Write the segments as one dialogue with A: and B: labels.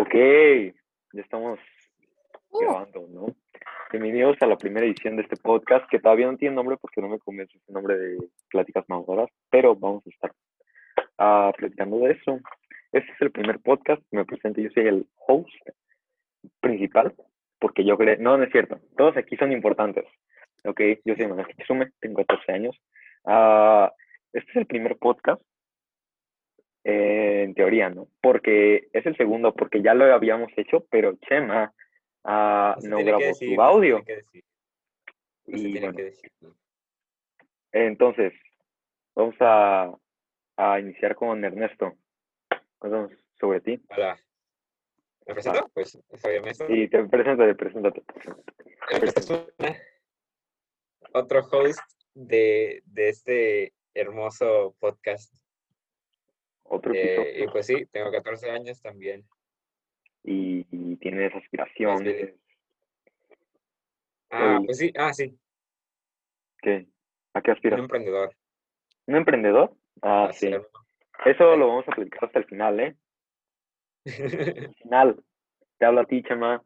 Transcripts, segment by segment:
A: Ok, ya estamos
B: Uh.
A: grabando, ¿no? Bienvenidos a la primera edición de este podcast, que todavía no tiene nombre porque no me convence el nombre de Pláticas Maduras, pero vamos a estar ah, platicando de eso. Este es el primer podcast, me presento, yo soy el host principal, porque yo creo, no, no es cierto, todos aquí son importantes, ¿ok? Yo soy Manuel Kitsume, tengo 14 años. Ah, este es el primer podcast, eh, en teoría, ¿no? Porque es el segundo, porque ya lo habíamos hecho, pero Chema ah,
C: se
A: no
C: tiene que
A: grabó
C: decir,
A: su
C: no se
A: audio.
C: tiene que decir, no se
A: y
C: tiene
A: bueno,
C: que decir, ¿no?
A: entonces, vamos a, a iniciar con Ernesto. Cuéntanos sobre ti.
C: Hola. ¿Me presento? Pues soy Ernesto.
A: Y te preséntate, preséntate.
C: Ernesto Zuna, Otro host de, de este hermoso podcast.
A: Otro
C: Eh,
A: episodio.
C: y pues sí, tengo 14 años también.
A: y, y tienes aspiraciones.
C: Ah,
A: Ey.
C: pues sí, ah, sí,
A: ¿Qué? ¿A qué
C: un
A: aspiras?
C: emprendedor.
A: ¿Un emprendedor? Ah,
C: a
A: sí.
C: ser-
A: Eso lo vamos a platicar hasta el final, ¿eh? Al final. Te habla a ti, Chema.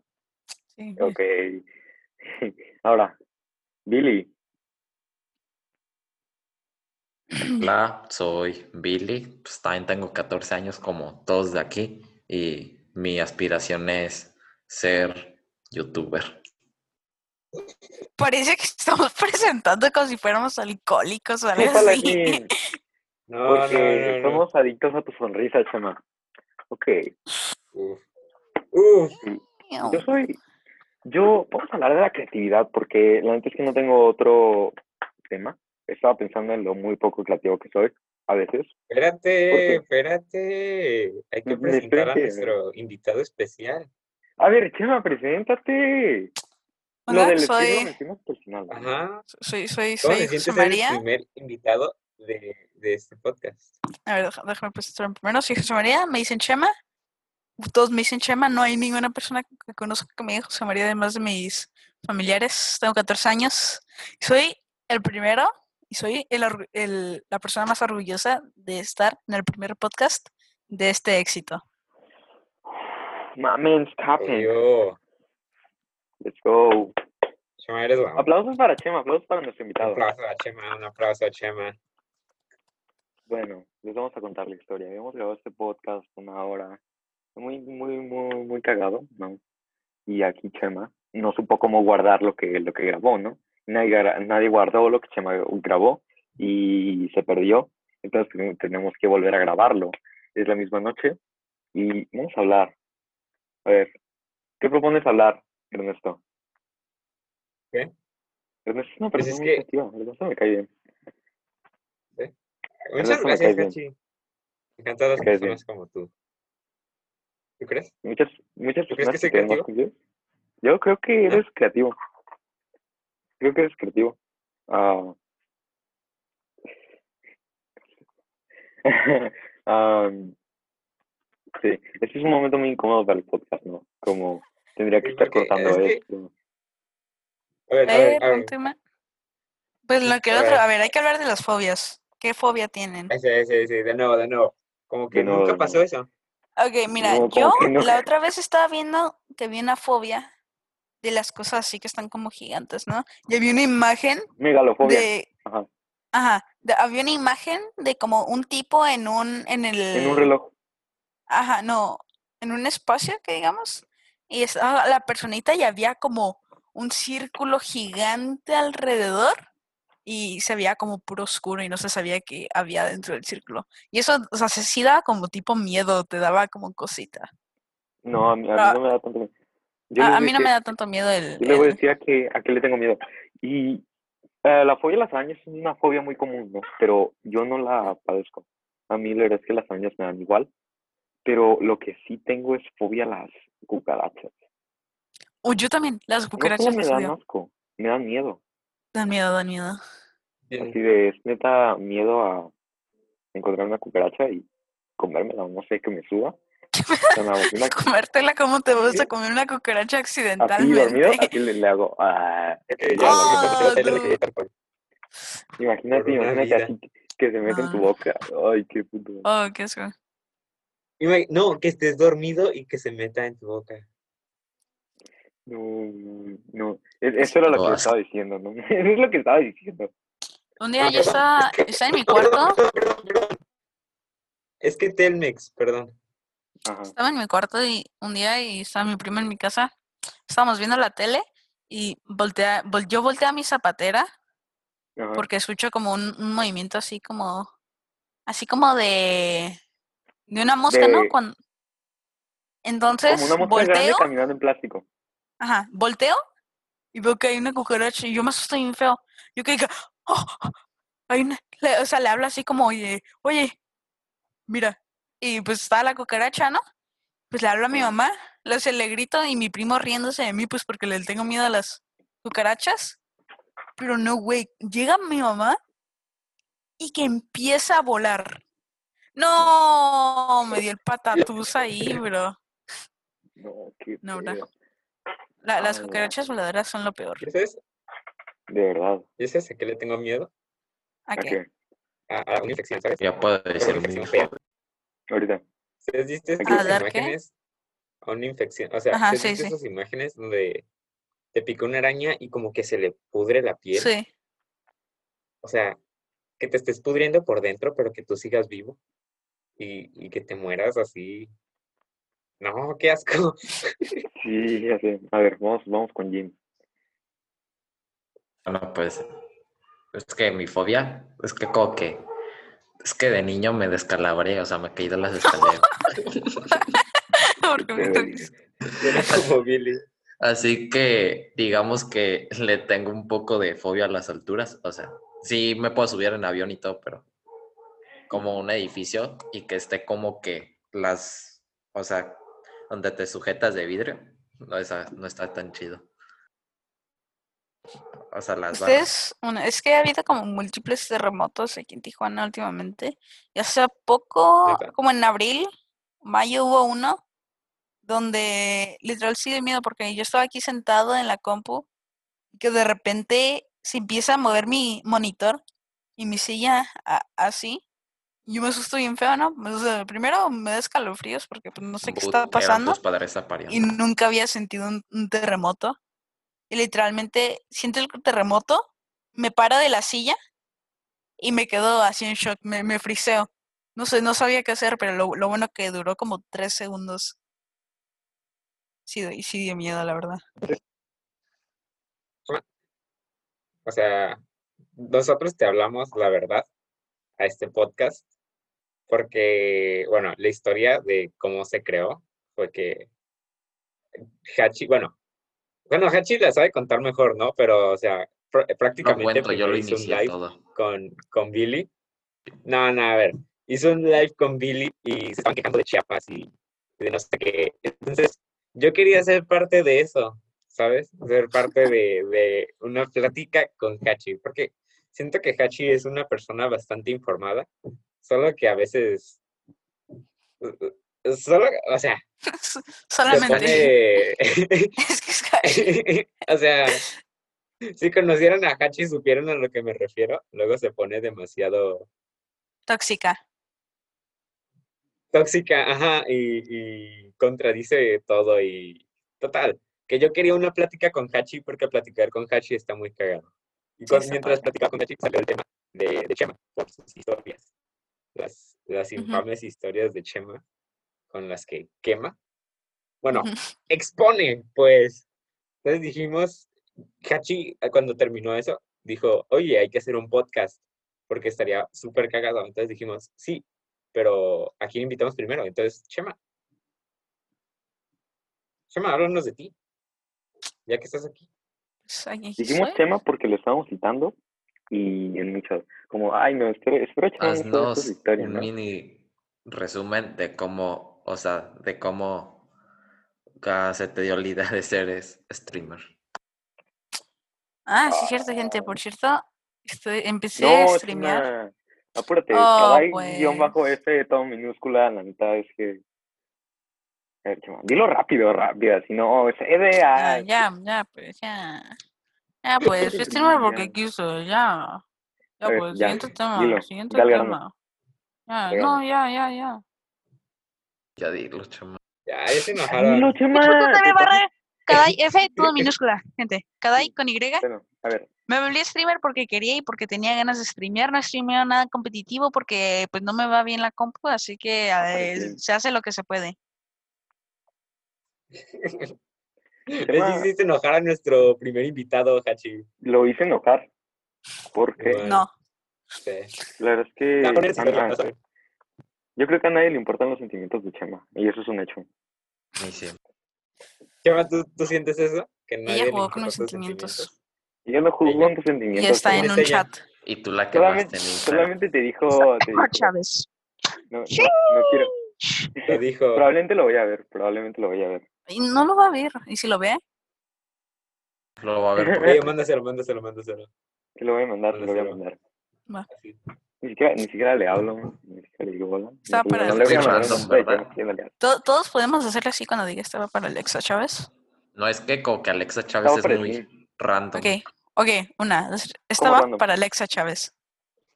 B: Sí.
A: Ok. Ahora, Billy,
D: Hola, soy Billy, pues también tengo 14 años como todos de aquí y mi aspiración es ser youtuber.
B: Parece que estamos presentando como si fuéramos alcohólicos o algo
A: chúpala,
B: así.
A: Jim,
C: No, no,
A: porque
C: no, no.
A: somos adictos a tu sonrisa, Chema. Ok.
C: Uf. Uf,
A: Yo soy. Yo. Vamos a hablar de la creatividad, porque la neta es que no tengo otro tema. Estaba pensando en lo muy poco creativo que soy, a veces.
C: espérate,
A: qué?
C: espérate. Hay
A: Me- me
C: que presentar a
A: estoy-
C: nuestro invitado especial.
A: A ver, Chema, preséntate. lo
B: Hola,
A: del estilo lo
B: soy,
A: decimos por final. ¿no?
C: Ajá.
B: soy, soy,
C: ¿Cómo
B: soy
C: te
B: José
C: sientes ser el
B: María.
C: primer invitado de, de este podcast?
B: A ver, deja- déjame presentarme primero. Soy José María, me dicen Chema. Todos me dicen Chema. No hay ninguna persona que conozca que me diga José María, además de mis familiares. Tengo 14 años. Soy el primero y soy el orgu- el- la persona más orgullosa de estar en el primer podcast de este éxito.
A: My man's captain.
C: Eh, Yo,
A: Let's go.
C: Chema, eres guapo.
A: Aplausos para Chema, aplausos para nuestro
C: Un
A: invitado.
C: aplauso a Chema, un aplauso a Chema.
A: Bueno, les vamos a contar la historia. Habíamos grabado este podcast una hora muy, muy, muy, muy cagado, ¿no? Y aquí Chema no supo cómo guardar lo que, lo que grabó, ¿no? Nadie, gra- nadie guardó lo que Chema grabó y se perdió. Entonces ten- tenemos que volver a grabarlo. Es la misma noche y vamos a hablar. A ver, ¿qué propones hablar, Ernesto?
C: ¿Qué?
A: Ernesto es una
C: Pues es
A: persona muy
C: que-
A: creativa. Ernesto me cae bien.
C: Muchas
A: Ernesto, me
C: gracias,
A: caes bien.
C: Cachi. Me encantan las
A: Me caes bien.
C: personas como tú. ¿Tú crees?
A: Muchas, muchas
C: ¿Tú crees que
A: personas
C: soy
A: te ven más que yo. Yo creo que eres creativo. Creo que eres creativo. Ah. Am, sí, este es un momento muy incómodo para el podcast, ¿no? Como tendría que
C: Sí,
A: estar
C: porque
A: cortando
C: es que-
A: esto.
C: A ver, a
B: A ver,
C: ver, a
B: un
C: ver.
B: tema. Pues lo que
C: A
B: otro,
C: ver.
B: a ver, hay que hablar de las fobias. ¿Qué fobia tienen?
C: Ese, ese, ese, de nuevo, de nuevo. Como que
A: De nuevo,
C: nunca
A: de
C: pasó
A: nuevo.
C: eso.
B: Ok, mira,
A: No, como
B: yo
A: que no.
B: la otra vez estaba viendo que vi una fobia de las cosas así que están como gigantes, ¿no? Y había una imagen
A: Megalofobia.
B: de,
A: Ajá.
B: ajá, de- había una imagen de como un tipo en un, en el,
A: En un reloj.
B: ajá, no, en un espacio que digamos, y estaba la personita y había como un círculo gigante alrededor y se veía como puro oscuro y no se sabía qué había dentro del círculo. Y eso, o sea, se sí daba como tipo miedo, te daba como cosita.
A: No, a mí, a mí
B: Ah.
A: no me da tanto miedo. Yo
B: A,
A: les
B: a mí no
A: decía-
B: me da tanto miedo el...
A: Yo le voy a
B: el-
A: decir a qué, a qué le tengo miedo. Y eh, la fobia a las arañas es una fobia muy común, ¿no? Pero yo no la padezco. A mí la verdad es que las arañas me dan igual. Pero lo que sí tengo es fobia a las cucarachas.
B: Oh, yo también, las
A: No
B: cucarachas
A: solo me
B: les
A: dan
B: odio.
A: asco, me dan miedo.
B: Dan miedo, dan miedo.
A: Así de, es neta miedo a encontrar una cucaracha y comérmela o no sé, que me suba. Con la bocina
B: Comértela como te gusta
A: Sí.
B: comer una cucaracha
A: así dormido,
B: accidentalmente.
A: así le, le hago... ah, eh, ya,
B: Ah,
A: lo que pasa
C: Oh,
A: es que
B: no.
A: Imagínate,
C: Por una
A: imagínate
C: vida.
B: Ah.
A: así que, que se mete en tu
B: No.
A: boca. Ay, qué puto.
B: Oh, qué asco.
C: Ima- No, que estés dormido y que se meta en tu boca.
A: No, no, no. E- Eso era lo
D: No,
A: que yo
D: asco.
A: estaba diciendo, ¿no? Eso es lo que estaba diciendo.
B: Un día yo estaba, yo estaba en mi cuarto,
C: Perdón, perdón, perdón. Es que Telmex, perdón.
A: Ajá.
B: estaba en mi cuarto y un día y estaba mi prima en mi casa, estábamos viendo la tele y voltea, vol- yo volteé a mi zapatera
A: ajá.
B: porque escucho como un, un movimiento así como, así como de, de una mosca, ¿no?
A: De-
B: Cuan- entonces
A: Como una mosca grande
B: volteo,
A: caminando en plástico.
B: ajá, volteo y veo que hay una cucaracha y yo me asusto bien feo. Yo que digo, "Oh, oh, hay una, le- o sea, le habla así como, oye, oye, mira. Y pues estaba la cucaracha, ¿no? Pues le hablo a mi
A: Ajá.
B: mamá, le, o sea, le grito y mi primo riéndose de mí, pues porque le tengo miedo a las cucarachas. Pero no, güey, llega mi mamá y que empieza a volar. No, me dio el patatús ahí, bro.
A: No, qué
B: No, bra.
A: feo.
B: La- las
A: Ah, ya.
B: cucarachas voladoras son lo peor.
C: ¿Ya sabes?
A: De verdad.
C: ¿Ya sabes a qué le tengo miedo?
B: ¿A
A: ¿A
B: qué?
A: qué?
C: A, a una infección, ¿sabes?
D: Ya puedo
C: Pero
D: decir
C: una
D: mi
C: infección
D: hijo.
C: fea.
A: Ahorita.
C: ¿Se has visto
A: ¿A
B: qué?
C: esas
B: ¿A dar qué?
C: imágenes? A una infección. O sea,
B: Ajá,
C: ¿se has
B: sí,
C: visto
B: sí.
C: esas imágenes donde te pica una araña y como que se le pudre la piel?
B: Sí.
C: O sea, que te estés pudriendo por dentro, pero que tú sigas vivo y, y que te mueras así. No, qué asco.
A: Sí, ya sé. A ver, vamos, vamos con Jim.
D: Bueno, pues es que mi fobia es que como que es que de niño me descalabré, o sea, me caí de las escaleras.
B: Porque me
A: Qué
D: Este,
B: toca-
A: delicia.
C: Suena como Billy.
D: Así que digamos que le tengo un poco de fobia a las alturas, o sea, sí me puedo subir en avión y todo, pero como un edificio y que esté como que las, o sea, donde te sujetas de vidrio, no, esa, no está tan chido. O sea, las barras.
B: Ustedes, bueno, "Este es que ha habido como múltiples terremotos aquí en Tijuana últimamente. Y hace poco,
C: Neta.
B: como en abril, mayo hubo uno donde literal sí de miedo porque yo estaba aquí sentado en la compu y que de repente se empieza a mover mi monitor y mi silla a- así. y Yo me asusto bien feo, ¿no? O sea, primero me da escalofríos porque pues, no sé qué
D: But
B: está
D: Eran
B: pasando.
D: tus padres
B: y
D: apareando.
B: nunca había sentido un, un terremoto. Y literalmente siento el terremoto, me paro de la silla y me quedo así en shock, me, me friseo. No sé, no sabía qué hacer, pero lo, lo bueno que duró como tres segundos. Sí, doy- sí dio miedo, la verdad.
C: O sea, nosotros te hablamos la verdad a este podcast porque, bueno, la historia de cómo se creó fue que Hachi, bueno, bueno, Hachi la sabe contar mejor, ¿no? Pero, o sea, pr-
D: No
C: prácticamente
D: cuento, yo
C: primero
D: lo
C: hizo un
D: inicié
C: live
D: todo.
C: con, con Billy. No, no, a ver. Hizo un live con Billy y se estaban quejando de Chiapas y de no sé qué. Entonces, yo quería ser parte de eso, ¿sabes? Ser parte de, de una plática con Hachi, porque siento que Hachi es una persona bastante informada, solo que a veces. Solo, o sea, se
B: Solamente.
C: pone.
B: Es que es ca-
C: o sea, si conocieran a Hachi y supieran a lo que me refiero, luego se pone demasiado.
B: tóxica.
C: tóxica, ajá, y, y contradice todo y total, que yo quería una plática con Hachi porque platicar con Hachi está muy cagado. Y cuando-
B: está
C: mientras
B: padre.
C: platicaba con Hachi salió el tema de, de Chema, por sus historias, las, las
B: Ujú.
C: infames historias de Chema con las que quema. Bueno,
B: Ujú.
C: expone, pues. Entonces dijimos, Hachi eh, cuando terminó eso, dijo, oye, hay que hacer un podcast porque estaría súper cagado. Entonces dijimos, sí, pero ¿a quién invitamos primero? Entonces, Chema. Chema, háblanos de ti, ya que estás aquí.
B: Pues, aquí
A: Dijimos
B: soy.
A: tema porque lo estábamos citando y en muchas, como, ay, no, espero, espero echar mucho de estas
D: Haznos
A: historias,
D: un
A: ¿no?
D: mini resumen de cómo, o sea, de cómo ah, se te dio la idea de ser es- streamer.
B: Ah, sí, cierto, gente. Por cierto, estoy, empecé
A: No,
B: a
A: es
B: streamear.
A: una... Apúrate,
B: Oh,
A: caray, guión bajo
B: pues.
A: F, todo minúscula, la mitad es que... A ver, Chema, dilo rápido, rápido, si no, es E
B: Ya,
A: EDA.
B: Ah, ya, ya, pues, ya. Ya, pues, yo streamer porque quiso, ya. Ya,
A: A ver,
B: pues,
A: ya,
B: siguiente tema,
A: dilo,
B: siguiente
A: dale, gárgame,
B: tema. Ya,
A: dale,
B: no,
A: gárgame.
B: ya, ya, ya.
D: Ya dilo, chama.
C: Ya, ya se enojaron.
A: Dilo,
B: Y
A: Chema.
B: Pues, justo también barra Kadai F, todo
C: Sí.
B: minúscula, gente. Kadai con Y.
A: Bueno, a ver,
B: Me volví streamer porque quería y porque tenía ganas de streamear. No streameo nada competitivo porque pues no me va bien la compu, así que eh,
A: bien.
B: se hace lo que se puede.
A: Chema.
C: Les hiciste enojar a nuestro primer invitado, Hachi.
A: lo hice enojar. Porque
C: Bueno,
B: No,
C: sí.
A: la verdad es que.
C: Ya, con eso
A: a-
C: ya
A: a-
C: pasó.
A: yo creo que a nadie le importan los sentimientos de Chema. Y eso es un hecho.
D: Ni siquiera.
C: ¿Qué más tú, tú sientes eso? Que nadie le
B: jugó con
C: importa
B: los
C: tus
B: sentimientos.
A: Ella no juzgó
C: Ella-
A: en tus sentimientos.
B: y está
A: Chema.
B: en
C: es
B: un
C: ella?
B: chat.
D: Y tú la quemaste
A: Solamente,
D: en Instagram.
A: solamente te dijo. Te dijo
B: Ah, Chávez.
A: no, no, no quiero.
C: Lo dijo.
A: Probablemente lo voy a ver. Probablemente lo voy a ver.
B: Y no lo va a ver. Y si lo ve,
D: Lo va a ver por
C: Oye,
D: ahí.
C: mándaselo, mándaselo, mándaselo.
A: Te lo voy a mandar. Te lo voy a
C: Mándaselo.
A: mandar.
C: Así.
A: Ni siquiera, ni siquiera le hablo. Ni siquiera le digo hola.
B: Estaba
A: No,
B: para
A: no le voy a
D: Muy
A: mandar
D: random,
A: un mensaje,
D: ¿verdad?
A: Chema, que no le hagas.
B: to- todos podemos hacerle así cuando diga estaba para Alexa, ¿sabes?
D: No es que como que Alexa Chávez
A: Estaba
D: es
A: para
D: muy
A: ti.
D: random.
B: Ok, ok, una. dos, Estaba
A: random.
B: para Alexa Chávez.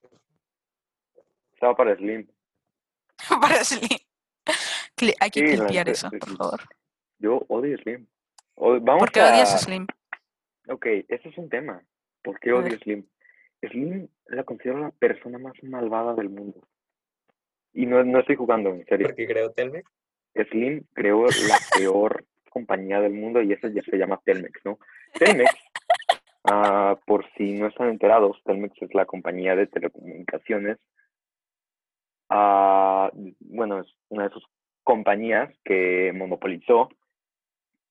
A: Estaba para Slim.
B: para Slim. Cli- Hay que
A: Sí, la
B: clipear
A: neta,
B: eso,
A: sí,
B: por
A: sí.
B: favor.
A: Yo odio Slim. O- vamos
B: ¿Por qué
A: a...
B: odias a Slim?
A: Ok, ese es un tema. ¿Por qué
B: A
A: odio
B: ver.
A: a Slim? Slim la considero la persona más malvada del mundo. Y no, no estoy jugando, en serio.
C: Porque creo, Telmex.
A: Slim creó la peor compañía del mundo y esa ya se llama Telmex, ¿no? Telmex, ah, por si no están enterados, Telmex es la compañía de telecomunicaciones. ah, bueno, es una de sus compañías que monopolizó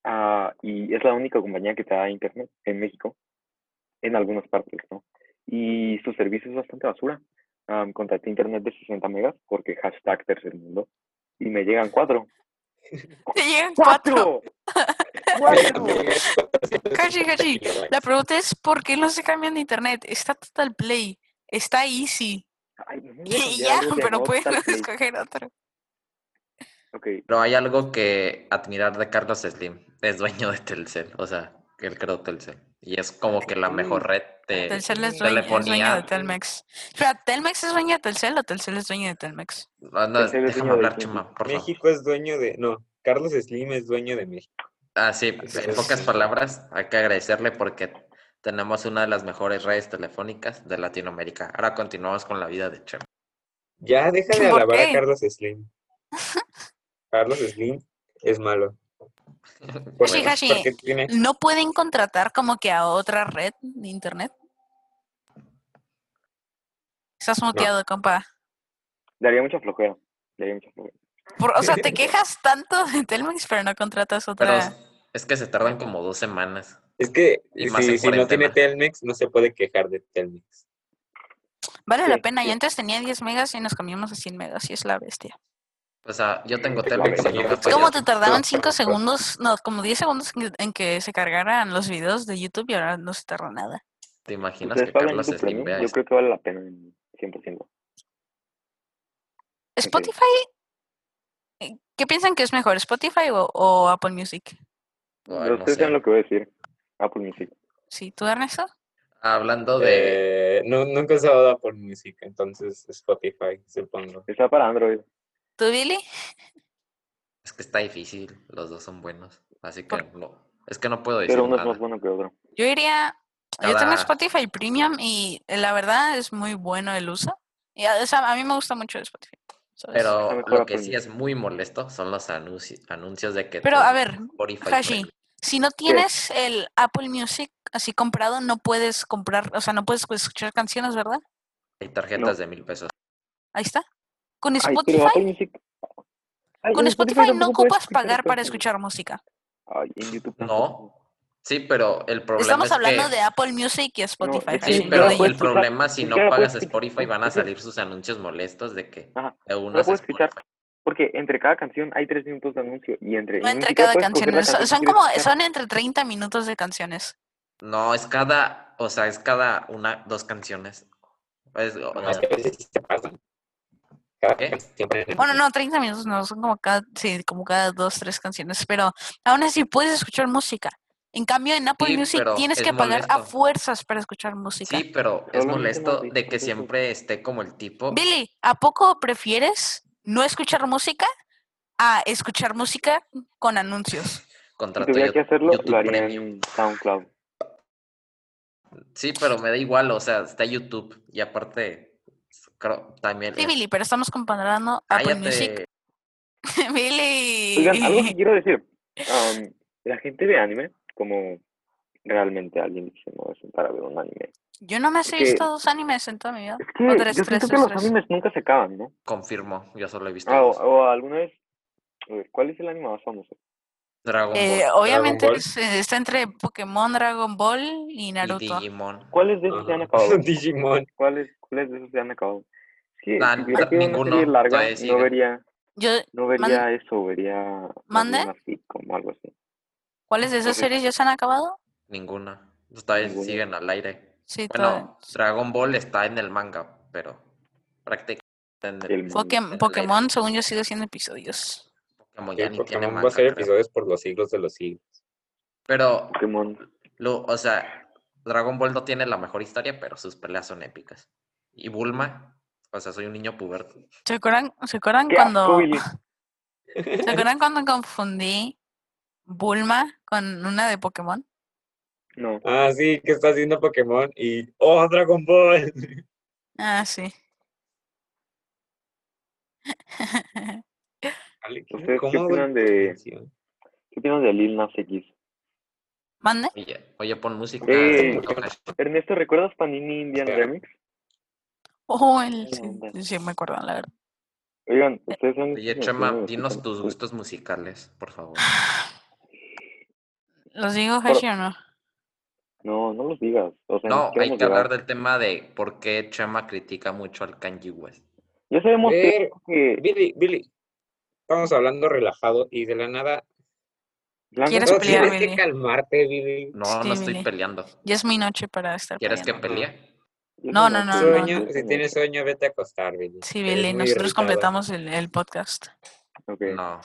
A: ah, y es la única compañía que te da internet en México, en algunas partes, ¿no? Y su servicio es bastante basura. Ah, contraté internet de 60 megas porque hashtag tercer mundo y me llegan cuatro.
B: Te llegan cuatro.
D: Eh,
A: ¡Cuatro!
B: Hachi, Hachi. La pregunta es, ¿por qué no se cambian de internet? Está Total Play, está Easy.
A: Ay, no,
B: Y
A: pues ya
B: ya,
A: algo
B: pero
A: llamado
B: pueden
A: Total Play.
B: escoger otro.
A: Ok,
D: Pero hay algo que admirar de Carlos Slim. Es dueño de Telcel. O sea, que él creó Telcel. Y es como que la mejor red
A: Eh,
D: de
B: Telcel es dueño,
C: Mm,
B: es dueño de
D: telefonía.
B: Telmex. Espera, ¿Telmex es dueño de Telcel o Telcel es dueño de Telmex?
D: Ah, no,
A: Telcel es dueño de
D: déjame hablar,
A: AT&T.
D: Chema, por favor.
C: México es dueño de. No, Carlos Slim es dueño de México.
D: Ah, sí,
C: Así
D: en
C: es.
D: pocas palabras, hay que agradecerle porque tenemos una de las mejores redes telefónicas de Latinoamérica. Ahora continuamos con la vida de Chema.
C: Ya, deja de
B: ¿Por
C: alabar
B: qué?
C: a Carlos Slim. Carlos Slim es malo. ¿Por
B: Hachi,
D: Bueno,
B: Hachi,
C: porque
A: Eh.
C: tiene.
B: ¿no pueden contratar como que a otra red de internet? Estás muteado, compa.
A: daría mucha flojera. Daría mucha flojera.
B: Por- o sea, te quejas tanto de Telmex, pero no contratas
D: pero
B: otra.
D: es que se tardan como dos semanas.
C: Es que
D: Y más
C: si,
D: en
C: si no tiene
D: cuarentena.
C: Telmex, no se puede quejar de Telmex.
B: Vale la
A: sí,
B: pena.
A: sí.
B: Yo antes tenía 10 megas y nos comíamos a 100 megas y es la bestia.
D: O sea, yo tengo
A: Claro,
D: Telmex y
A: claro.
D: no me
C: Es
B: Es como
D: falla.
B: te tardaban
C: No,
B: 5
C: pero-
B: segundos, no, como 10 segundos en, en que se cargaran los videos de YouTube y ahora no se tarda nada.
D: ¿Te imaginas
A: ¿Ustedes
D: que
A: pagan
D: Carlos
A: YouTube
D: Slim
A: Premium?
D: vea
A: Yo
D: esto?
A: creo que vale la pena en 100%.
B: Spotify, eh, ¿qué piensan que es mejor, Spotify o, o Apple Music?
D: Ay, no
A: ustedes
D: sé.
A: saben lo que voy a decir. Apple Music.
B: Sí, ¿tú, Ernesto?
D: Hablando de...
C: Eh, no, nunca he usado Apple Music, entonces Spotify, supongo.
A: Está para Android.
B: ¿Tú, Billy?
D: Es que está difícil, los dos son buenos. Así que
B: Por-
D: no... Es que no puedo decir
A: Pero uno es
D: nada.
A: más bueno que otro.
B: Yo iría, yo tengo
D: Cada-
B: Spotify Premium y eh, la verdad es muy bueno el uso. Y, a- o sea, a mí me gusta mucho Spotify, ¿sabes?
A: Está
D: Pero
A: mejor
D: lo que
A: Apple
D: sí es muy molesto son los anunci- anuncios de que...
B: Pero
D: tu
B: a ver,
D: Spotify
B: Hashi, si no tienes el Apple Music así comprado, no puedes comprar, o sea, no puedes escuchar canciones, ¿verdad?
D: Hay tarjetas de mil pesos.
B: Ahí está. Con
A: Ay,
B: Spotify,
A: pero Apple Music... Ay,
B: con
A: en
B: Spotify no
A: tampoco puedes
B: ocupas pagar para
A: canciones.
B: escuchar música.
A: Ay, en YouTube
D: No.
A: tampoco.
D: Sí, pero el problema
B: Estamos
D: es
B: hablando
D: que...
B: de Apple Music y Spotify.
A: es que
B: Hashi,
D: Sí,
A: ni siquiera
D: pero
B: no
A: puedes
B: de
D: el
B: YouTube.
A: escuchar,
D: problema si
A: ni
D: no
A: siquiera puedes
D: pagas
A: escuchar,
D: Spotify van a
A: es que-
D: salir sus anuncios molestos de que
A: Ajá,
D: te
A: No
D: unas a
A: puedes escuchar.
D: Spotify.
A: Porque entre cada canción hay tres minutos de anuncio. Y entre...
B: No
A: ni
B: entre
A: siquiera
B: cada
A: puedes escoger
B: canción.
A: la
B: Son,
A: canción
B: son
A: que
B: como,
A: quieres escuchar.
B: son entre 30 minutos de canciones.
D: No, es cada, o sea, es cada una, dos canciones. Es- o-
C: No,
D: o
C: es
D: sea,
C: que a veces sí se pasan. Cada
B: ¿Eh?
D: ¿Qué?
C: canción pone-
A: pues
B: Bueno, no, 30 minutos no, son como cada, sí, como cada dos, tres canciones, pero aún así puedes escuchar música. En cambio, en Apple
D: Sí,
B: Music
D: pero
B: tienes
D: es
B: que pagar a
D: molesto.
B: fuerzas para escuchar música.
D: sí, pero es
A: Solamente
D: molesto
A: maldito,
D: de que
A: eso.
D: Oh. siempre esté como el tipo.
B: Billy, ¿a poco prefieres no escuchar música a escuchar música con anuncios.
A: Si
D: Contrato
A: tuviera
D: yo-
A: que hacerlo,
D: YouTube
A: lo haría
D: Premium.
A: en SoundCloud.
D: Sí, pero me da igual, o sea, está YouTube. Y aparte, creo- también. eh,
B: Sí,
D: es-
B: Billy, pero estamos comparando Apple Music.
D: cállate.
B: Billy.
A: Oigan, algo que quiero decir. um, la gente ve anime como realmente alguien que se mueve para ver un anime.
B: Yo no me he
A: que-
B: visto dos animes en toda mi vida.
A: Es que
B: No,
A: yo
B: tres,
A: siento
B: tres,
A: que
B: tres,
A: los
B: tres.
A: animes nunca se acaban, ¿no?
D: Confirmo, yo solo he visto
A: Ah, o,
D: dos.
A: o alguna vez... a ver, ¿Cuál es el anime más famoso?
D: Dragon
B: Eh,
D: Ball
B: obviamente
C: Ball.
B: es- eh, está entre Pokémon, Dragon Ball y
D: y
B: Naruto.
D: Digimon.
A: ¿Cuáles de esos
D: Ah.
A: se han acabado?
C: Ajá. Digimon.
A: ¿Cuáles, ¿Cuáles de esos se han acabado? Sí,
D: La-
A: si tuviera que ver una
D: ninguno,
A: serie larga,
D: todavía
A: no
D: siguen.
A: vería,
B: Yo,
A: no vería eso, vería más
B: ¿Mande?
A: bien una sitcom o algo así.
B: ¿Cuáles de esas
A: Entonces-
B: series ya se han acabado?
D: Ninguna. Todavía
A: Ninguna.
D: siguen al aire.
B: Sí,
D: Bueno,
B: todo.
D: Dragon Ball está en el manga, pero prácticamente en el,
A: El manga.
B: Pokémon,
D: el
B: Pokémon, según yo, sigue siendo episodios.
D: Pokémon ya
C: El
D: ni tiene
C: Pokémon va
D: manga.
C: a ser
D: creo.
C: episodios por los siglos de los siglos.
D: Pero,
A: Pokémon.
D: lo, o sea, Dragon Ball no tiene la mejor historia, pero sus peleas son épicas. Y Bulma, o sea, soy un niño puberto.
B: ¿Se acuerdan, ¿se acuerdan
A: ¡Qué asco,
B: cuando
A: Billy!
B: ¿se acuerdan cuando confundí Bulma con una de Pokémon?
A: No.
C: Ah, sí, que está haciendo Pokémon y. ¡Oh, Dragon Ball!
B: Ah, sí.
C: Ale, ¿qué-
A: ¿Ustedes qué
C: cómo hago el
A: opinan de-
C: silencio?
A: ¿Qué opinas de Lil Nas X?
B: ¿Mande?
D: Oye, oye pon música.
A: Ey.
D: de Tokashi.
A: Ernesto, ¿recuerdas Panini Indian
C: Claro.
A: Remix?
B: Oh, el,
A: Buena onda.
B: sí, sí, me acuerdo, la verdad.
A: Oigan, ustedes son...
D: Oye, Chema, dinos tus gustos musicales, por favor.
B: ¿Los digo
A: Pero-
B: Hashi o no?
A: No, no los digas. O sea,
D: No,
A: nos
D: hay
A: queremos
D: que hablar
A: llegar.
D: del tema de por qué Chema critica mucho al Kanji West.
A: Ya sabemos que,
C: Ver,
A: que
C: Billy, Billy. Estamos hablando relajado y de la nada.
A: Blanco-
B: ¿Quieres
C: No,
B: pelear,
C: tienes
B: Billy?
C: que calmarte, Billy.
D: No,
B: Sí,
D: no estoy
B: Billy.
D: peleando.
B: Ya es mi noche para estar
D: ¿Quieres que
B: peleando.
D: pelee?
A: Yo
B: No,
A: soy Nacho,
B: no, no,
A: yo
B: no.
A: soy
C: Sueño, si
A: Nacho.
C: tienes sueño, vete a acostar, Billy.
B: Sí,
C: Eres
B: Billy,
C: muy
B: nosotros
C: irritado.
B: completamos el, el podcast.
A: Ok.
D: No.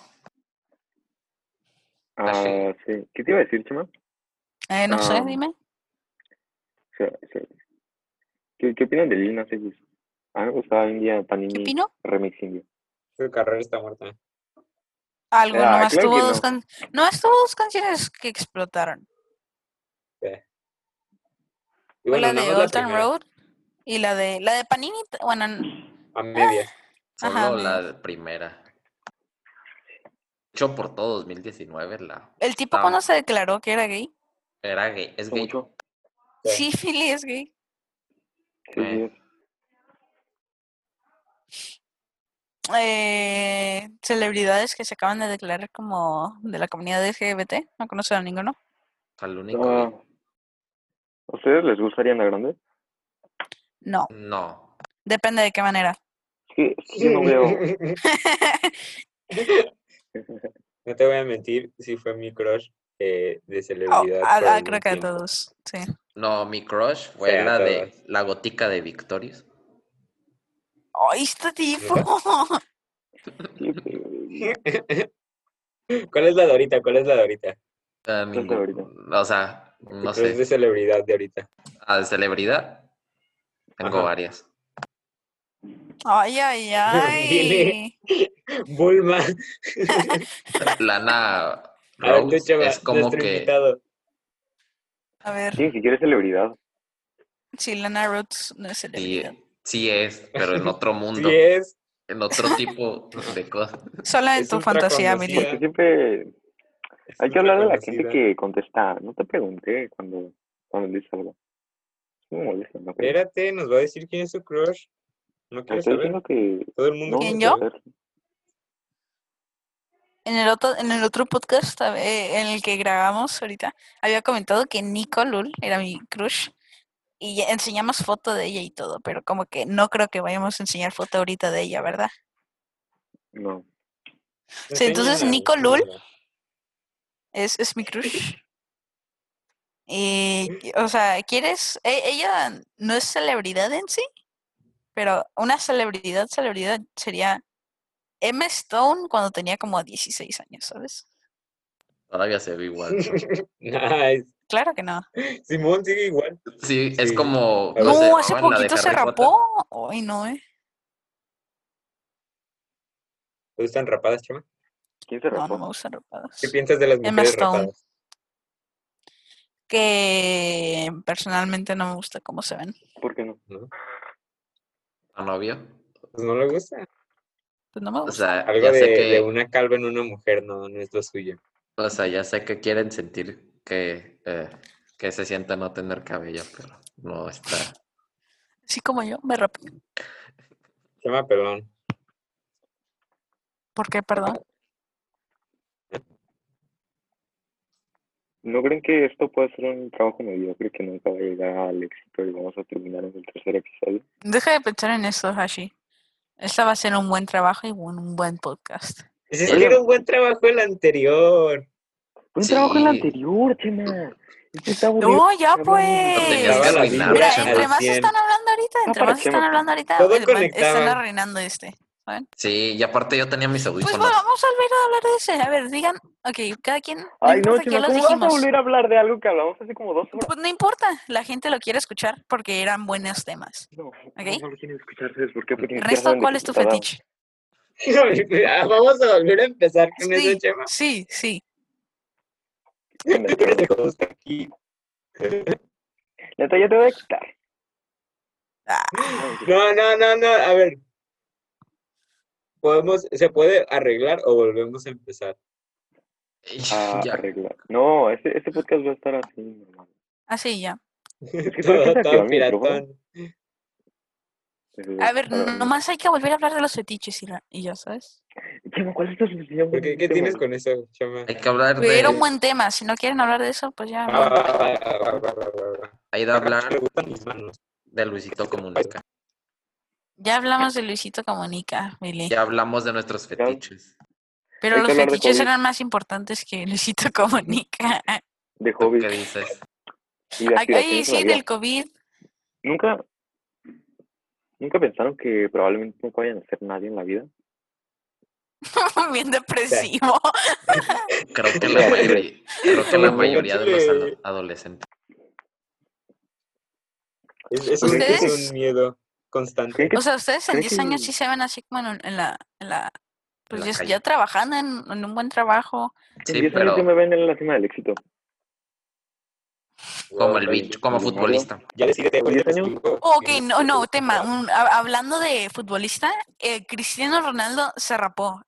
A: Ah, sí. ¿Qué te iba a decir, Chema?
B: Eh, no sé,
A: Am,
B: dime.
A: Sí, sí. ¿Qué, ¿Qué opinan de Lil Nas X? A mí me gustaba India
B: ¿Qué
A: Panini
B: opino?
A: Remix Indio.
C: Su carrera está muerta.
B: Algo,
A: Ah,
B: nomás
A: claro
B: tuvo
A: que
B: dos
A: no.
B: canciones. No, estuvo dos canciones que explotaron.
C: Y
B: Fue
C: bueno,
B: la
C: nada
B: de
C: más la
B: Old Town
C: primera,
B: Road y la de la de Panini. t- Bueno, n-
C: a medias.
D: Solo
B: Ajá, me-
D: la de primera. Hecho por todo 2019, la
B: el tipo
D: Ah.
B: cuando se declaró que era gay.
D: era gay, es gay.
A: Mucho.
B: Sí, Philly es gay.
A: Sí, sí,
D: Eh.
A: es.
B: Eh, celebridades que se acaban de declarar como de la comunidad LGBT. No conozco a ninguno.
D: O sea, el único
A: Ah,
D: gay.
A: ¿A ustedes les gustaría Ana Grande?
B: No,
D: No.
B: depende de qué manera.
A: Es que es que yo no veo.
C: No te voy a mentir, sí fue mi crush eh, de
B: Oh,
C: celebridad.
B: ah,
C: por
B: ah,
C: un
B: creo que a
C: tiempo.
B: todos. Sí.
D: No, mi crush fue
C: Sí, a
D: la de
C: todas.
D: la gotica de Victorious.
B: ¡Ay, este tipo!
A: Sí, pero-
C: ¿Cuál es la de ahorita? ¿Cuál es la de ahorita?
D: Ah,
A: ¿Cuál es la
D: ningún- O sea,
C: Tu
D: no
C: crush de
D: sé.
C: celebridad de ahorita.
D: Ah, de celebridad. Tengo
C: Ajá.
D: varias.
B: ¡Ay, ay, ay!
C: Dile. Bulma.
D: Lana
C: A ver, tú,
D: Rhodes
C: Chava,
D: es como
C: nuestro
D: que
C: invitado.
B: A ver,
A: Sí, ni siquiera es celebridad.
B: si Lana Rhodes no es
D: sí,
B: celebridad.
D: sí es, pero en otro
C: Sí
D: mundo,
C: es.
D: en otro tipo de cosas.
B: Solo en
C: es
B: tu
C: ultra
B: fantasía,
C: conocida.
B: Billy.
A: Porque siempre
C: es
A: hay que hablar de la gente
C: reconocida.
A: que contesta. No te pregunté cuando, cuando le hice algo. No me molesta, no creo.
C: Espérate, nos va a decir quién es su crush. No quiero
A: Estoy
C: saber.
A: diciendo que.
C: Todo el mundo.
A: No,
B: ¿Quién
C: quiere
B: yo?
C: saber.
A: hacer-
B: En el otro, en el otro podcast a ver, en el que grabamos ahorita, había comentado que Nico Lul era mi crush. Y ya enseñamos foto de ella y todo, pero como que no creo que vayamos a enseñar foto ahorita de ella, ¿verdad?
A: No.
B: Sí, entonces,
C: Enséñala,
B: Nico Lul.
C: enséñala.
B: Es, es mi crush. Y, y- o sea, ¿quieres? e- ella no es celebridad en sí, pero una celebridad, celebridad sería Emma Stone cuando tenía como 16 años, ¿sabes?
D: Todavía se ve igual.
C: Nice.
B: Claro que no.
C: Simón sigue igual.
D: Sí, es
C: Sí,
D: como.
C: a
D: ¿cómo se
B: No, hace
D: llamaba la de
B: poquito se
D: Harry Potter?
B: rapó. Ay, no, eh.
C: ¿Te gustan rapadas, Chema?
A: ¿Quién se
B: No, no me
A: rapó?
B: gustan rapadas.
C: ¿Qué piensas de las
B: Emma
C: mujeres
B: Stone.
C: rapadas?
B: Que personalmente no me gusta cómo se ven.
A: ¿Por qué no?
D: ¿A novio?
C: Pues no le gusta.
B: Pues no me
D: O
B: gusta.
D: sea,
C: Algo
D: ya
C: de,
D: sé
C: de
D: que,
C: una calva en una mujer, no, no es lo suyo.
D: o sea, ya sé que quieren sentir que, eh, que se sienta no tener cabello, pero no está.
B: Así como yo, me rapé.
C: Se llama pelón.
B: ¿Por qué, perdón?
A: ¿No creen que esto puede ser un trabajo mediocre que nunca va a llegar al éxito y vamos a terminar en el tercer episodio?
B: Deja de pensar en eso, Hashi. Esta va a ser un buen trabajo y un, un buen podcast.
C: Dices
D: Oigan.
C: que era un buen trabajo el anterior.
A: ¡Un trabajo en el
D: Sí.
A: anterior, Chema! Este está aburrido.
B: No, ya
A: Hablamos
B: pues.
D: Tenías que
C: Estaba la
B: Mira,
D: arruinarlo,
C: vibra
D: chama.
B: entre
C: al
B: más
C: 100.
B: están hablando ahorita,
A: No
B: entre más están
A: parecemos.
B: hablando ahorita,
C: Todo
B: eh, van- están
C: conectaba.
B: arruinando este. ¿saben?
D: Sí, y aparte yo tenía mis
B: Pues
D: audífonos.
B: bueno, vamos a volver a hablar de ese. A ver, digan, ok, cada quien, no
A: Ay, no,
B: importa, ya
A: Chema,
B: los
A: ¿cómo vas a
B: dijimos.
A: volver a hablar de algo que hablamos hace como dos horas?
B: Pues no importa, la gente lo quiere escuchar porque eran buenos temas.
A: No,
B: ¿Ok?
A: no lo quieren escuchar, ¿sabes por qué? Porque ni siquiera
B: Ernesto,
A: saben de
B: ¿cuál
A: qué
B: es tu
A: se trataba.
B: fetiche?
C: Ah, Vamos a volver a empezar con
B: Sí,
C: ese tema.
B: sí, sí.
A: Pendejo.
C: aquí.
A: Neta, ya te voy a quitar.
B: Ah,
C: No, no, no, no. A ver. Podemos, se puede arreglar o volvemos a empezar.
D: Y
A: Ah,
D: ya,
A: arreglar. No, este, este podcast va a estar así, normal.
B: así ya.
A: Es que
C: Todo,
A: sabes que se activó
C: todo
A: el micrófono.
C: piratón.
A: Eh,
B: A ver,
A: para-
B: nomás hay que volver a hablar de los fetiches y, la- y ya, ¿sabes?
A: Chema, ¿cuál es tu solución?
C: ¿Por qué, ¿Qué
A: Chema?
C: tienes con eso, chama?
D: hay que hablar
B: Pero Era
D: de...
B: un buen tema, si no quieren hablar de eso, pues ya.
C: Va,
B: no.
C: va, va, va, va, va, va, va.
D: Hay que hablar
C: Me gustan mis manos.
D: de Luisito Comunica.
B: Ya hablamos de Luisito Comunica, Billy.
D: Ya hablamos de nuestros fetiches.
B: Pero
A: Hay que
B: los
A: hablar de
B: fetiches
A: hobbies.
B: eran más importantes que Luisito Comunica.
A: De
D: ¿Tú
A: hobbies
D: qué dices?
A: y de
B: Ay,
A: aspiraciones en la
B: sí,
A: vida.
B: del COVID.
A: Nunca, nunca pensaron que probablemente nunca vayan a ser nadie en la vida.
B: Bien depresivo.
D: Creo que la mayoría, creo que la
C: No,
D: mayoría de los
C: chile.
D: ado- adolescentes.
C: Es, es un, es
B: ¿Ustedes?
C: un miedo constante.
A: ¿Qué-
B: O sea, ustedes en
A: creo
B: 10 años
A: que-
B: sí se ven así como en, un- en la... En la pues
D: la
B: ya- ya,
D: calle.
B: trabajando en, en un buen trabajo.
A: En
D: Sí,
A: 10 años ya
D: pero
A: me ven en la cima del éxito.
D: como el
C: Wow,
D: bicho, como
A: Mario.
D: futbolista.
C: Ya decídete, güey.
A: ¿Diez
C: de
A: años?
C: castigo,
B: Ok,
C: tienes
B: no,
C: que
B: no,
C: ser
B: tema.
C: culpable.
B: un- hab- hablando de futbolista, eh, Cristiano Ronaldo se rapó.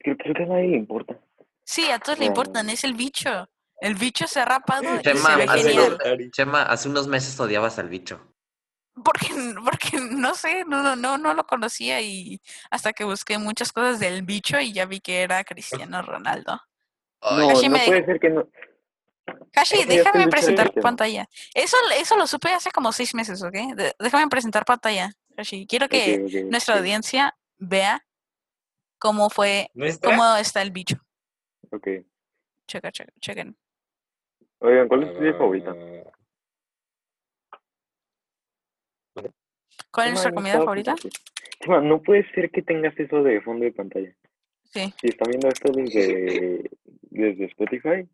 A: Creo, creo que a nadie le importa.
B: Sí, a todos le
A: No.
B: importan, es el bicho. El bicho se ha rapado y se
D: Tema,
B: ve
C: Deja de
D: hace
B: genial.
D: unos,
C: notar.
D: Chema, hace unos meses odiabas al bicho.
B: Porque, porque no sé, no, no, no, no lo conocía y hasta que busqué muchas cosas del bicho y ya vi que era Cristiano Ronaldo.
D: Ay,
A: No,
B: Hashi,
A: no
B: me-
A: puede ser que no.
B: Hashi,
A: Oye, ya te
B: déjame
A: escuché,
B: presentar
A: Cristiano.
B: pantalla. Eso, eso lo supe hace como seis meses, ¿ok? De- déjame presentar pantalla, Hashi. Quiero que
A: Ok, ok,
B: nuestra
A: ok,
B: audiencia vea cómo fue,
C: ¿Nuestra?
B: cómo está el bicho.
A: ok.
B: Checa, checa, chequen.
A: Oigan, ¿cuál es
C: Ah.
A: tu serie favorita?
B: ¿Cuál es
A: Chema,
B: nuestra
A: no
B: comida
A: estaba
B: favorita?
A: pensando. Chema, no puede ser que tengas eso de fondo de pantalla.
B: Sí.
A: Si están viendo esto desde, desde Spotify,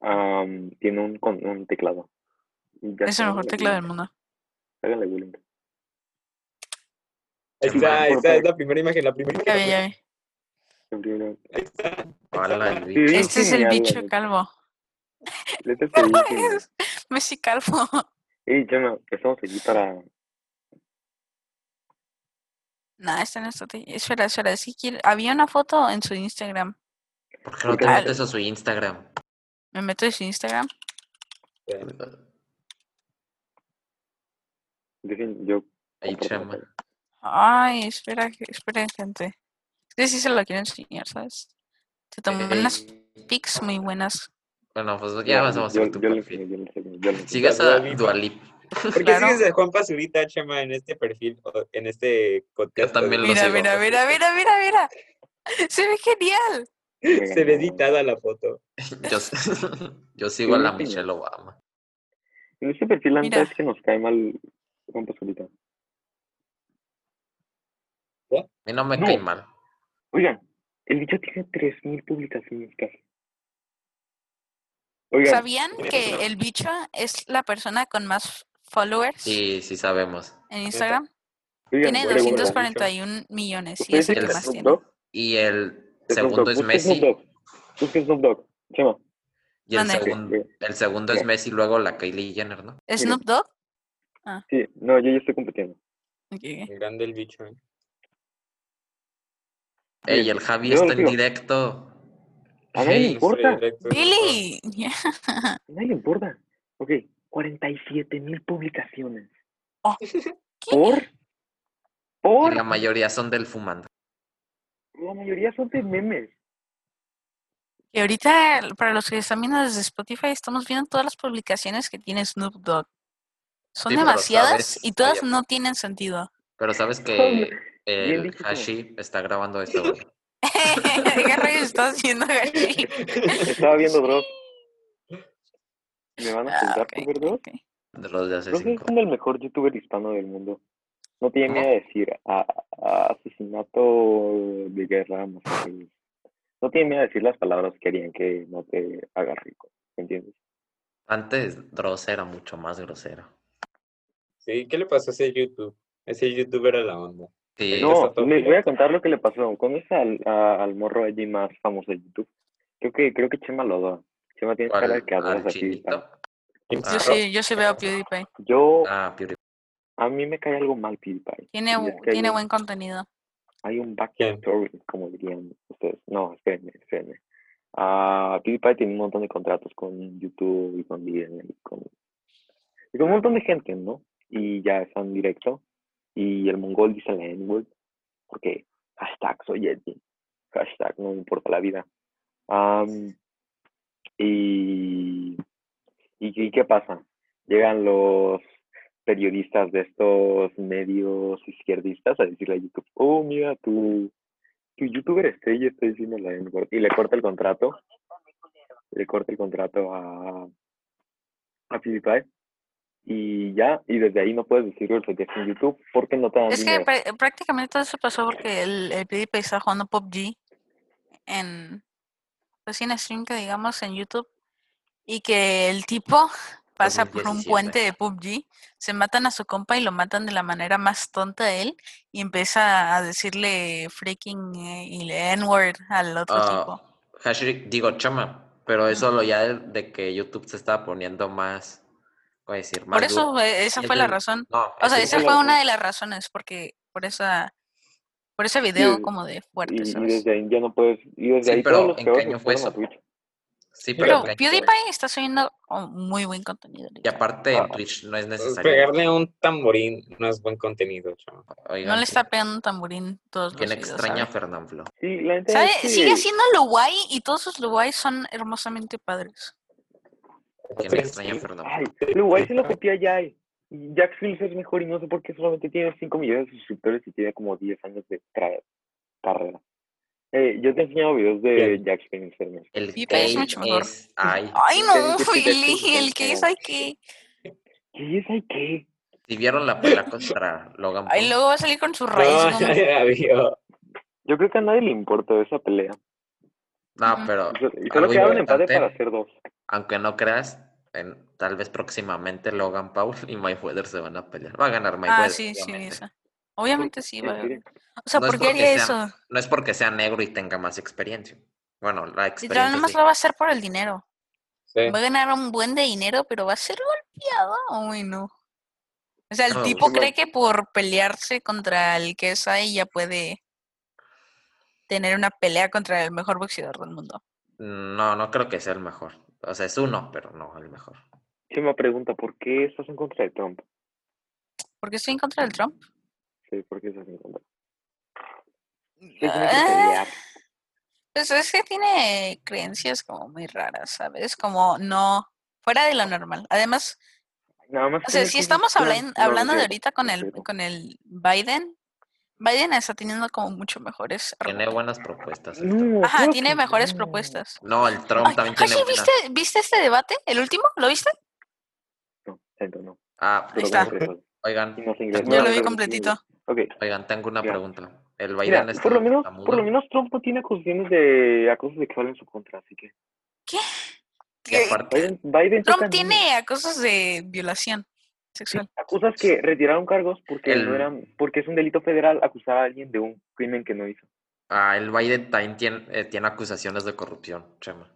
A: am, tiene un, con- un teclado. Y ya
B: Es el
A: está,
B: mejor
A: háganle
B: teclado del
A: bullying,
B: mundo.
A: Háganle bullying.
C: Ahí está,
D: Chema,
C: ahí
A: por
C: está,
A: favor.
C: es la primera imagen, la primera
B: Ya vi,
C: imagen.
B: ya vi.
A: En primera-
C: Ahí está.
D: hola, el
A: Te vi
D: bicho.
B: Este es el
A: genial, la
B: bicho
A: neta.
B: calvo.
A: Neta, te vi genial.
B: Messi calvo.
A: Ey, Chema, estamos aquí para...
B: Nah, esta no está. te- Espera, espera. Sí, quiero- Había una foto en su Instagram.
D: ¿Por qué no te
A: Al-
D: metes a su Instagram?
B: Me meto en su Instagram.
A: Dejen, yo...
D: Ay,
A: comparto
D: Chema.
A: pantalla.
B: Ay, espera, que- espera, gente. Es que sí se lo quiero enseñar, ¿sabes? Se tomó
D: Eh,
B: unas pics muy buenas.
D: Bueno, pues ya
A: No,
D: vas a
A: yo,
D: mostrar tu
A: yo le enseño,
D: perfil.
A: yo le enseño, yo le enseño.
D: Sigues
C: La Dua
D: a
C: Lipa.
D: Dualip.
C: ¿Por qué
B: Claro.
C: sigues a Juan Pazurita, chama, en este perfil, o en este podcast?
D: Yo también Lo
B: Mira,
D: sigo,
B: mira,
D: lo
B: mira,
D: sigo.
B: mira, mira, mira. Se ve genial.
A: Oigan,
C: Se ve
A: no.
C: editada la foto.
D: Yo, s- yo sigo a
A: Yo
D: la
A: le enseño.
D: Michelle Obama.
A: En este perfil, la neta
B: Mira.
A: es que nos cae mal... Juan Pazurita.
D: A mí no me
A: No.
D: cae mal.
A: Oigan, el bicho tiene 3.000 publicaciones casi. Oigan,
B: ¿Sabían que el bicho es la persona con más followers
D: Sí, sí sabemos.
B: en Instagram?
A: oigan,
B: Tiene
A: pregunta.
B: 241 millones y
A: ¿Ustedes
B: es el
A: dicen que
B: que
D: Pues El
B: más
A: Snoop
B: tiene.
A: Dogg?
D: Y el
A: de Snoop
D: Segundo
A: Dogg.
D: es
A: Busca
D: Messi.
A: Snoop Dogg. Busca Snoop Dogg. Chema.
D: Y el,
B: Mande.
D: segun-
A: Sí, sí.
D: el segundo es Messi, luego la Kylie Jenner, ¿no?
A: Mire.
B: ¿Snoop Dogg?
A: Sí, no, yo ya estoy compitiendo.
B: Ok,
D: Pues
B: ok.
C: Grande el bicho, ¿eh?
D: Ey, el Javi
A: yo
D: está
A: lo
D: en
A: sigo.
D: directo.
A: A nadie le
D: Ey,
A: importa.
C: Sí, directo,
B: ¡Billy!
A: A nadie le importa. Ok, 47 mil publicaciones.
B: Oh,
A: ¿Por? ¿Por?
D: la mayoría son del fumando.
A: La mayoría son de memes.
B: Y ahorita, para los que están viendo desde Spotify, estamos viendo todas las publicaciones que tiene Snoop Dogg. Son
D: Sí, pero
B: demasiadas
D: sabes-
B: y todas
D: oye.
B: no tienen sentido.
D: Pero sabes
A: Bien
D: que el
A: dicho.
D: Hashi está grabando esto. güey.
B: ¿Qué rayos estás haciendo, Gashi?
A: Estaba viendo Dross. ¿Me van a
B: Ah,
A: juzgar
B: ok,
A: por ver Dross?
B: ok.
D: De los de hace
A: Dross es
D: cinco.
A: como el mejor youtuber hispano del mundo. No tiene
D: ¿Cómo?
A: miedo a decir a, a asesinato de guerra. masacre. No tiene miedo a decir las palabras que harían que no te haga rico. ¿Me entiendes?
D: Antes Dross era mucho más grosero.
C: Sí, ¿qué le pasó a ese YouTube? Ese youtuber a la onda.
D: Sí,
C: Ahorita
A: No,
C: está todo
A: les voy a
C: pirata.
A: contar lo que le pasó. ¿Conoces al, a- al morro allí más famoso de YouTube? Creo que, creo que Chema lo da. Chema tiene cara de
D: ¿cuál?
A: que adoras
D: este ¿Al
A: así.
D: chinito?
B: Yo
D: Ah.
B: sí, yo sí veo a PewDiePie.
A: Yo,
D: Ah, PewDiePie.
A: a mí me cae algo mal PewDiePie.
B: Tiene,
A: Y
B: bu-
A: es que hay
B: tiene
A: un-
B: buen contenido.
A: Hay un
C: ¿Quién?
A: backstory, como dirían ustedes. No, espérenme, espérenme. Ah, PewDiePie tiene un montón de contratos con YouTube y con DN y con, y con un montón de gente, ¿no? Y ya están en directo. Y el mongol dice la N-word porque hashtag soy Edgy. Hashtag no me importa la vida. Am, y, y, ¿y qué pasa? Llegan los periodistas de estos medios izquierdistas a decirle a YouTube, oh, mira, tu, tu youtuber estrella está diciendo la N-word", Y le corta el contrato. Le corta el contrato a, a PewDiePie. Y ya, y desde ahí no puedes decir groserías en YouTube porque no te dan
B: Es que
A: dinero.
B: prá- prácticamente todo eso pasó porque el, el PewDiePie estaba jugando PUBG en, pues sí, en stream que digamos en YouTube y que el tipo pasa por un
D: 2017.
B: puente de PUBG, se matan a su compa y lo matan de la manera más tonta de él y empieza a decirle freaking eh, y le n-word al otro tipo.
D: Ah, Hashi, digo Chama, pero eso lo ya de, de que YouTube se estaba poniendo más, ¿cómo decir? Más
B: Por eso
D: duro.
B: eh, esa
D: Y
B: fue la
D: entonces-
B: razón.
D: No,
B: O sea,
D: ese-
B: esa
A: la
B: fue una
A: razón.
B: de las razones porque por esa por ese video
A: desde-
B: como de
A: Y,
B: fuerte,
A: y
B: ¿sabes?
A: desde ahí ya no puedes. Y desde
D: Sí,
A: ahí
D: pero
A: todos los
D: ¿en
A: peores
D: qué año
A: se
D: fue
A: fueron a
D: eso?
A: Twitch.
D: sí, pero,
B: Pero
D: en Twitch-
B: PewDiePie está subiendo oh, muy buen contenido.
D: y
B: ahorita.
D: aparte
A: Ah.
D: en Twitch no es
C: Pues
D: necesario.
C: Pegarle a un tamborín no es buen contenido, chaval.
D: Oigan,
B: No le está
D: ¿quién-
B: pegando un tamborín todos los
D: ¿quién
B: videos,
D: extraña a
B: ¿sabes?
D: Fernanfloo?
A: Sí, la neta
B: ¿Sabe?
A: es que-
B: Sigue siendo lo guay y todos sus lo guay son hermosamente padres.
D: ¿Quién extraña a
A: pues, Ay,
D: Fernanfloo?
A: Blue White se lo copió a Jai. Y Jack Phillips es mejor y no sé por qué solamente tiene 5 millones de suscriptores y tiene como 10 años de tra- carrera. Eh, yo te he enseñado videos de
C: Bien.
A: Jack Phillips, Ernest.
D: El
B: PewDiePie es mucho mejor.
D: KSI.
B: Ay, no,
A: Tienen que explicar
B: Philly,
A: sus
B: el que es
A: intenciones.
B: ay que.
A: ¿Qué es ahí qué?
D: Si vieron la pelea contra Logan
B: Ay,
D: Paul,
B: luego va a salir con su
C: No,
B: raíz. goma.
C: adiós.
A: Yo creo que a nadie le importó esa pelea.
D: no,
B: Ujú.
D: pero
A: Y so- y solo
D: algo
A: quedaron empate para
D: importante,
A: hacer dos.
D: aunque no creas, en- tal vez próximamente Logan Paul y Mayweather se van a pelear. Va a ganar
B: Ah,
D: Mayweather,
B: sí, sí,
D: obviamente.
B: esa. Obviamente sí, va a
A: Sí, sí.
B: O sea,
D: No es
B: ¿por qué
D: porque
B: haría
D: sea-
B: eso?
D: No es porque sea negro y tenga más experiencia. Bueno, la
B: Literal,
D: experiencia
B: nada más
D: sí.
B: lo va a hacer por el dinero.
C: Sí.
B: Va a ganar un buen de dinero, pero va a ser golpeado. Ay, no. O sea, el
D: No,
B: tipo
A: Simón.
B: cree que por pelearse contra el que es ahí ya puede tener una pelea contra el mejor boxeador del mundo.
D: No, no creo que sea el mejor. O sea, es uno, pero no el mejor.
A: Chema pregunta, ¿por qué estás en contra de Trump?
B: ¿Por qué estoy en contra del Trump?
A: Sí, ¿por qué estás en contra? Sí, tiene que
B: Ah,
A: pelear.
B: Pues es que tiene creencias como muy raras, ¿sabes? Como no, fuera de lo normal. Además,
A: Nada más
B: o sea,
A: tener
B: si
A: cosas
B: estamos
A: claras.
B: hablan-
A: No,
B: hablando de
A: cierto,
B: ahorita con
A: no es
B: el,
A: cierto.
B: con el Biden, Biden está teniendo como mucho mejores
D: Tiene
B: argumentos.
D: buenas propuestas el Trump.
A: No,
B: Ajá,
A: claro
B: tiene
A: que
B: mejores
A: no.
B: propuestas.
D: No, el Trump
B: Ay,
D: también tiene
B: Hashi,
D: buenas.
B: ¿viste, ¿viste este debate? ¿El último? ¿Lo viste?
A: No, cierto, no.
D: Ah,
B: Ahí
A: Duró
B: está.
A: como tres horas. Y
D: oigan,
A: no se
D: tengo
A: ingresó.
B: Yo
D: una
B: lo vi
D: pregunta.
B: completito.
A: Ok,
D: Oigan, tengo una
A: Mira.
D: pregunta. ¿El
A: mira,
D: Biden está
A: por lo menos, por lo
D: tartamudo?
A: menos Trump no tiene acusaciones de acoso sexual en su contra, así que
D: Y
B: Que-
D: aparte,
A: Biden, Biden
B: Trump
A: toca niños.
B: tiene acosos de violación
A: Sí,
B: sexual.
A: acusas que retiraron cargos porque
D: El-
A: no eran, porque es un delito federal acusar a alguien de un crimen que no hizo.
D: Ah, el Biden también tiene, eh, tiene acusaciones de corrupción, Chema.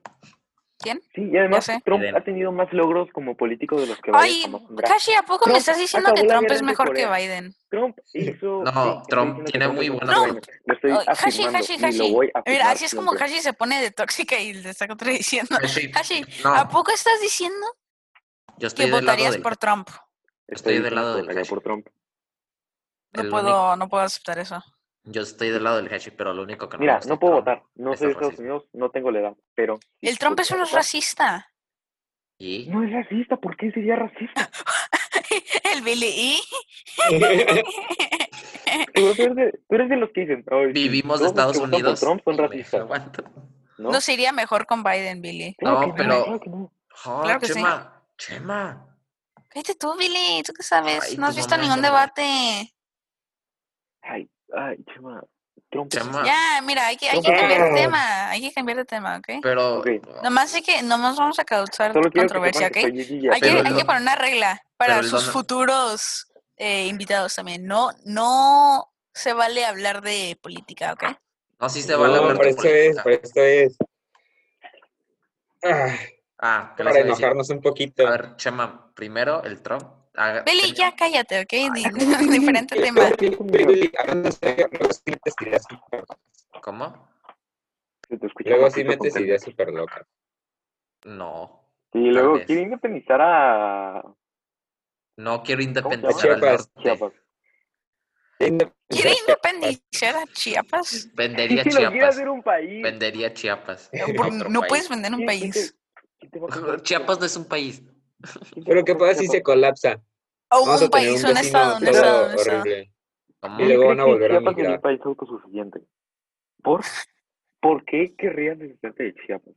B: ¿Quién?
A: Sí, y además
B: Ya sé.
A: Trump
D: Eden.
A: ha tenido más logros como político de los que
B: Ay,
A: Biden jamás tendrá.
B: Kashi, ¿a poco
A: Trump
B: me estás diciendo
A: acabó
B: que
A: la
B: Trump
A: guerra
B: es
A: de
B: mejor que
A: Corea.
B: Biden?
A: Trump hizo...
D: No,
A: sí, estoy
D: Trump
A: diciendo que
D: tiene
A: Trump
D: muy
A: es
D: buenas
A: mejor.
D: reglas.
A: Lo estoy
B: Ay, Hashi,
A: afirmando
B: Hashi,
A: y lo
B: Hashi.
A: voy a
B: Mira,
A: afirmar
B: así es como
A: siempre.
B: Hashi se pone de tóxica y le está contradiciendo.
D: Hashi,
B: Hashi,
D: no,
B: ah, ¿a poco estás diciendo
D: yo
B: que
D: estoy Ah. del lado
B: votarías
D: del...
B: por Trump?
D: Estoy del
A: diciendo
D: lado
A: que
D: del
A: votaría
D: Hashi.
A: por Trump.
B: No
D: el
B: puedo, no puedo aceptar eso.
D: Yo estoy del lado del Hashi, pero lo único que no me
A: Mira,
D: gusta
A: no
D: de
A: puedo
D: Trump-
A: votar. No
D: es
A: soy
D: el
A: de Estados
D: racismo.
A: Unidos, no tengo la edad, pero... sí
B: El Trump es
A: podría
B: un
A: votar.
B: racista.
D: Y
A: No es racista, ¿por qué sería racista?
B: El Billy. ¿y?
A: Tú eres de, tú eres de los que dicen, "Ay, sí,
D: vivimos de
A: todos los
D: Estados
A: que votan por
D: Unidos.
A: Trump son
D: y me
A: racistas,
D: aguanto.
A: ¿no?
B: Nos iría mejor con Biden, Billy.
A: Claro
D: No,
A: que
D: pero-
A: claro que no.
D: Oh,
B: Claro que sí.
D: Chema, Chema.
B: Vete tú, Billy. ¿Tú qué sabes?
D: Ay, pues,
B: no has
D: tu
B: visto
D: mamá
B: ningún
D: ya.
B: debate.
A: Ay, ay, Chema, Trump es
D: Chema,
B: Ya, mira, hay que, hay que
A: Toma.
B: cambiar de tema. Hay que cambiar de tema, ¿ok?
D: pero...
A: Ok.
B: Nomás hay que, nomás vamos a causar
A: Solo quiero que
B: controversia,
A: sepan que
B: ¿ok?
A: soy Gigi y
B: Hay que,
D: Pero
A: apenas-
D: el
B: hay que
D: don-
B: poner una regla para
D: pero el
B: sus
D: Donald-
B: futuros eh, invitados también. No, no se vale hablar de política, ¿ok?
D: No, sí se vale
C: No,
D: hablar
C: por
D: de
C: eso es,
D: política.
C: por eso es. Ah,
D: Ah, ¿qué
C: para
D: les iba a decir?
C: enojarnos un poquito.
D: A ver, Chema, primero el Trump. Ah, haga-
B: Billy,
D: tenía-
B: ya cállate, ¿ok?
A: cállate,
B: Di- Diferente
A: Billy.
B: Este tema.
C: Billy, hablando en serio, luego sí metes ideas súper locas.
D: ¿Cómo?
A: Se te escucha
C: Luego
A: más
C: sí
A: alto con
C: metes
A: calma.
C: ideas súper locas.
D: No.
A: Y
D: Tal
A: luego
D: vez.
A: quiere independizar a...
D: No quiero
A: A
D: independizar al
C: Chiapas,
D: norte.
A: Chiapas.
B: ¿Quiere independizar a Chiapas?
D: Vendería
A: Si lo quiere
D: Chiapas.
A: hacer un país.
D: Vendería Chiapas.
B: No,
D: por
B: por-
D: otro
B: no
D: país.
B: puedes vender un
A: ¿Quién- quién te-
B: país.
A: quién te va a comprar
D: Chiapas no es un país.
A: ¿Quién te va
C: Pero
A: a
C: qué
A: comprar
C: pasa si se
A: Chiapas?
C: colapsa.
B: O
C: Vamos
B: un
C: a tener
B: país,
C: un
B: un estado,
C: vecino
B: un
C: todo
B: estado, un estado.
C: horrible.
D: ¿Cómo?
C: Y
A: ¿Quién
C: luego
A: cree
C: van a
A: que
C: volver a
A: Chiapas sería un
C: migrar.
A: país autosuficiente? ¿Por? ¿Por qué querrías deshacerte de Chiapas?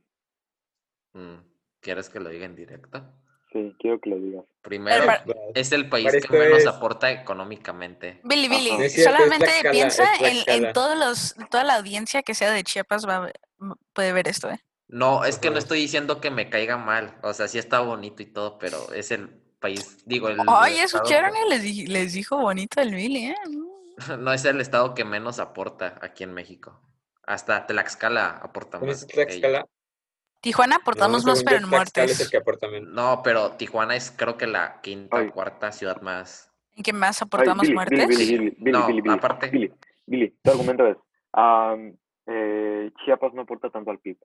D: Mm, ¿Quieres que lo diga en directo?
A: Sí, quiero que lo digas.
D: Primero,
B: para-
D: es el país
C: Para
D: que
A: Este
C: esto
D: menos
C: es-
D: aporta económicamente.
B: Billy,
A: Ajá.
B: Billy,
A: No
C: es cierto, es
B: solamente
C: Tlaxcala,
B: piensa
C: es
B: en, en
C: Tlaxcala.
B: todos los, toda la audiencia que sea de Chiapas va a ver- puede ver esto, ¿eh?
D: No, es que no
C: Ajá.
D: estoy diciendo que me caiga mal. O sea, sí está bonito y todo, pero es el país, digo, el
B: Ay,
D: estado
B: escucharon y les, di- les dijo bonito el Billy, ¿eh?
D: que- no es el estado que menos aporta aquí en México. Hasta Tlaxcala aporta
C: ¿Cómo es
D: más que ellos.
C: Tlaxcala?
B: Tijuana
C: No,
B: aportamos más,
C: según yo,
B: pero en
C: Tlaxcala es el
B: muertes.
C: que aporta menos.
D: No, pero Tijuana es creo que la quinta
A: Ay.
D: o cuarta ciudad más.
B: ¿En qué más
A: Ay,
B: aportamos
A: Billy, Billy, Billy,
B: muertes?
D: Sí.
A: Billy, Billy,
D: No,
A: Billy, Billy,
D: aparte.
A: Billy, Billy, tu argumento es, am, eh, Chiapas no aporta tanto al PIB.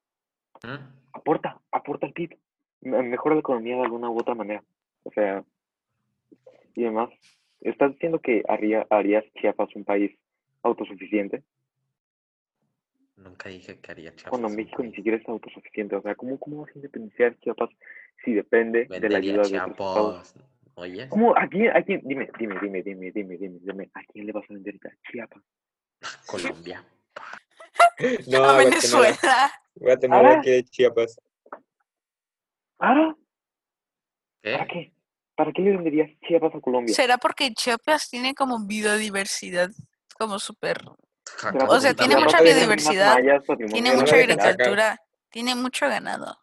D: ¿Mm?
A: Aporta, aporta al PIB. Me- Mejora la economía de alguna u otra manera. O sea, y además, ¿estás diciendo que haría, harías Chiapas un país autosuficiente?
D: Nunca dije que haría Chiapas.
A: Cuando
D: un
A: México ni
D: país.
A: siquiera es autosuficiente. O sea, ¿cómo, cómo vas a independizar Chiapas si depende de la
D: Vendería
A: ayuda de otros estados?
D: Chiapas. Oye,
A: ¿Cómo? ¿A quién? ¿A quién? Dime, dime, dime, dime, dime, dime, dime. ¿A quién le vas a vender a Chiapas?
D: Colombia.
C: No,
B: A
C: Guatemala.
B: Venezuela.
C: Guatemala
A: Ahora.
C: quiere Chiapas.
D: Eh.
A: ¿Ahora? ¿Para
D: ¿Qué?
A: qué? ¿Para qué le venderías Chiapas a Colombia?
B: ¿Será porque Chiapas tiene como biodiversidad? Como súper...
A: ¿Será
D: Jacobo
B: O
A: porque
B: sea,
D: está
B: tiene
A: Chiapas
B: mucha
A: es
C: tiene
B: biodiversidad,
A: mayas,
B: tiene
A: patrimonio de la
B: mucha
C: Hablando de
A: humanidad?
C: Oaxaca.
B: agricultura, tiene mucho ganado.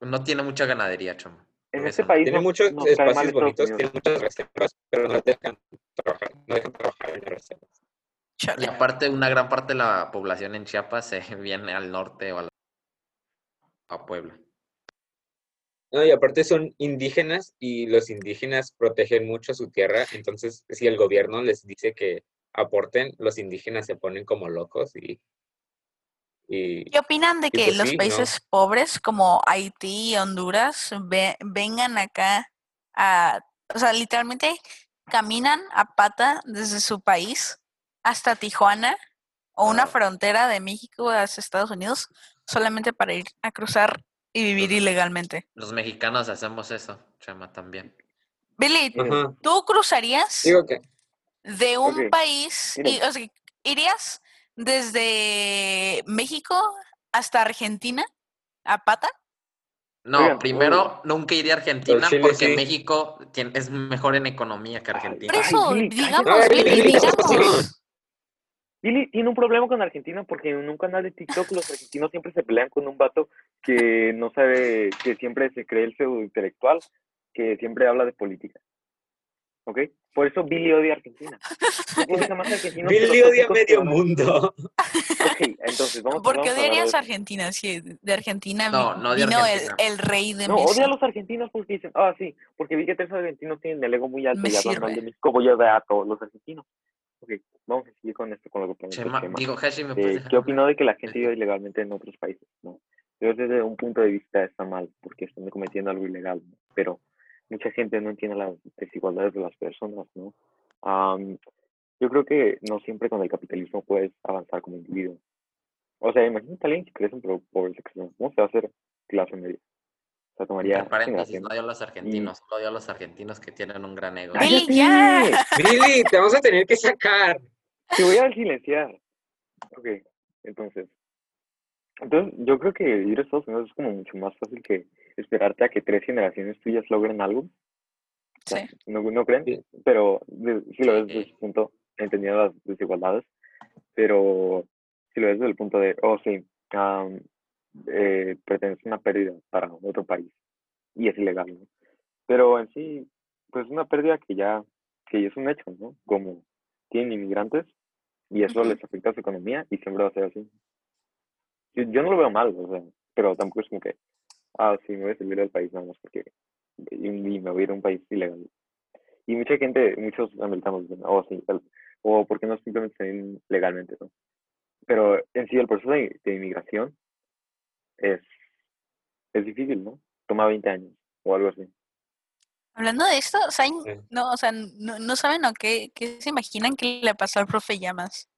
D: No tiene mucha ganadería, chamo.
A: En
D: Por
A: este
D: eso no.
A: país
C: Tiene
A: nos,
C: muchos
A: nos cae mal
C: espacios
A: Estados
C: bonitos,
A: Unidos.
C: tiene muchas reservas, pero no las dejan trabajar, no dejan trabajar en las reservas.
D: Y
B: Chale.
D: aparte, una gran parte de la población en Chiapas se viene al norte o a, la- a Puebla.
C: No, y aparte son indígenas y los indígenas protegen mucho su tierra, entonces si el gobierno les dice que aporten, los indígenas se ponen como locos y, y
B: ¿Qué opinan de
C: Y
B: que
C: pues
B: los
C: sí, no.
B: países pobres como Haití y Honduras ve- vengan acá a, o sea, literalmente caminan a pata desde su país hasta Tijuana o una
D: Ah.
B: frontera de México hacia Estados Unidos solamente para ir a cruzar y vivir
D: Los-
B: ilegalmente?
D: Los mexicanos hacemos eso, Chema, también.
B: Billy,
A: Miren,
C: ajá,
B: ¿tú cruzarías
C: digo que
B: de un
A: ok,
B: país y,
A: miren.
B: o sea, irías desde México hasta Argentina a pata?
D: No,
A: Oigan,
D: primero nunca iría a Argentina
C: Chile
D: porque
C: sí.
D: México tien- es mejor en economía que
A: Ay, pues,
D: Argentina.
B: Por
A: ay,
B: eso,
A: Billy,
B: digamos,
A: cállate.
B: Billy, digamos.
A: Billy tiene un problema con Argentina porque en un canal de TikTok los argentinos siempre se pelean con un vato que no sabe, que siempre se cree el pseudo intelectual, que siempre habla de política. ¿Ok? Por eso Billy odia a Argentina. No publica más argentinos que los
C: Billy odia
A: tóxicos que
C: medio
A: van a-
C: mundo.
A: Ok, Ok, entonces vamos
B: ¿Por qué
A: vamos a hablar
B: odiarías
A: de-
B: a Argentina? Sí, de Argentina
D: No,
B: vi-
D: no de
B: vino el,
D: Argentina.
B: el rey de
A: No,
B: Messi.
A: odio a los argentinos porque dicen, ah, sí, porque vi que tres argentinos tienen el ego muy alto
B: Me
A: y hablan mal
B: sirve.
A: de México, voy a odiar a todos los argentinos. Ok, vamos a seguir con esto, con lo que planteó
D: Chema,
A: Chema.
D: digo, Hashi, ¿me
A: de
D: puedes dejar
A: ¿Qué
D: hablar?
A: opinó de que la gente viva ilegalmente en otros países? ¿no? Yo desde un punto de vista está mal, porque están cometiendo algo ilegal, ¿no? pero mucha gente no entiende las desigualdades de las personas, ¿no? Am, yo creo que no siempre con el capitalismo puedes avanzar como individuo. O sea, imagínate a alguien que crece en pro- pobreza extrema, ¿cómo se va a hacer clase media? O sea, tomaría
D: Entre paréntesis,
A: generaciones.
D: no odio a los argentinos, solo odio a los argentinos que tienen un gran ego.
B: Billy,
A: ¡Cállate!
B: ya.
C: Billy, te vamos a tener que sacar.
A: Te voy a silenciar. Ok, entonces. Entonces, yo creo que ir a Estados Unidos es como mucho más fácil que esperarte a que tres generaciones tuyas logren algo. O sea,
B: Sí.
A: ¿No, no creen?
C: Sí.
A: Pero de- si lo ves
D: Sí.
A: desde ese punto, entendiendo las desigualdades, pero si lo ves desde el punto de, oh, sí, am, eh, pertenece a una pérdida para otro país y es ilegal, ¿no? Pero en sí, pues una pérdida que ya, que ya es un hecho, ¿no? Como tienen inmigrantes y eso
B: Ujú.
A: les afecta a su economía y siempre va a ser así. Yo, yo no lo veo mal, o sea, pero tampoco es como que, ah, sí, me voy a salir del país nada más porque, y, y me voy a ir a un país ilegal. Y mucha gente, muchos americanos dicen, oh, sí, tal- o porque no simplemente salir legalmente, ¿no? Pero en sí el proceso de, de inmigración es, es difícil, ¿no? Toma 20 años o algo así.
B: Hablando de esto, ¿saben?
C: Sí.
B: No, o sea, no, no saben o qué, qué se imaginan que le pasó al profe Llamas.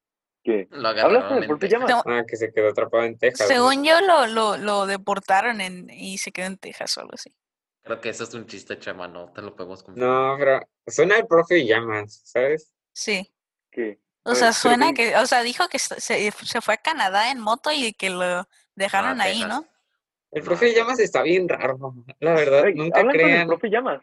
A: Que,
D: Lo
A: Hablaste
D: agarraron
A: del
D: en
A: profe
D: Texas.
A: Llamas.
C: Ah, que se quedó atrapado en Texas. ¿no?
B: Según yo, lo, lo, lo deportaron en, y se quedó en Texas o algo así.
D: Creo que eso es un chiste, Chema, no te lo podemos confirmar.
C: No, pero suena el profe llamas, ¿sabes?
B: Sí.
A: que,
B: O
C: Ah,
D: Pues
B: sea,
C: sí,
B: suena
C: sí.
B: que, o sea, dijo que se, se- se fue a Canadá en moto y que lo dejaron ahí,
D: Texas.
B: ¿no?
C: El
D: No,
C: profe
D: sí.
C: llamas está bien raro, la verdad.
A: "Ey,
C: nunca
A: hablan con el
C: crean.
A: profe Llamas.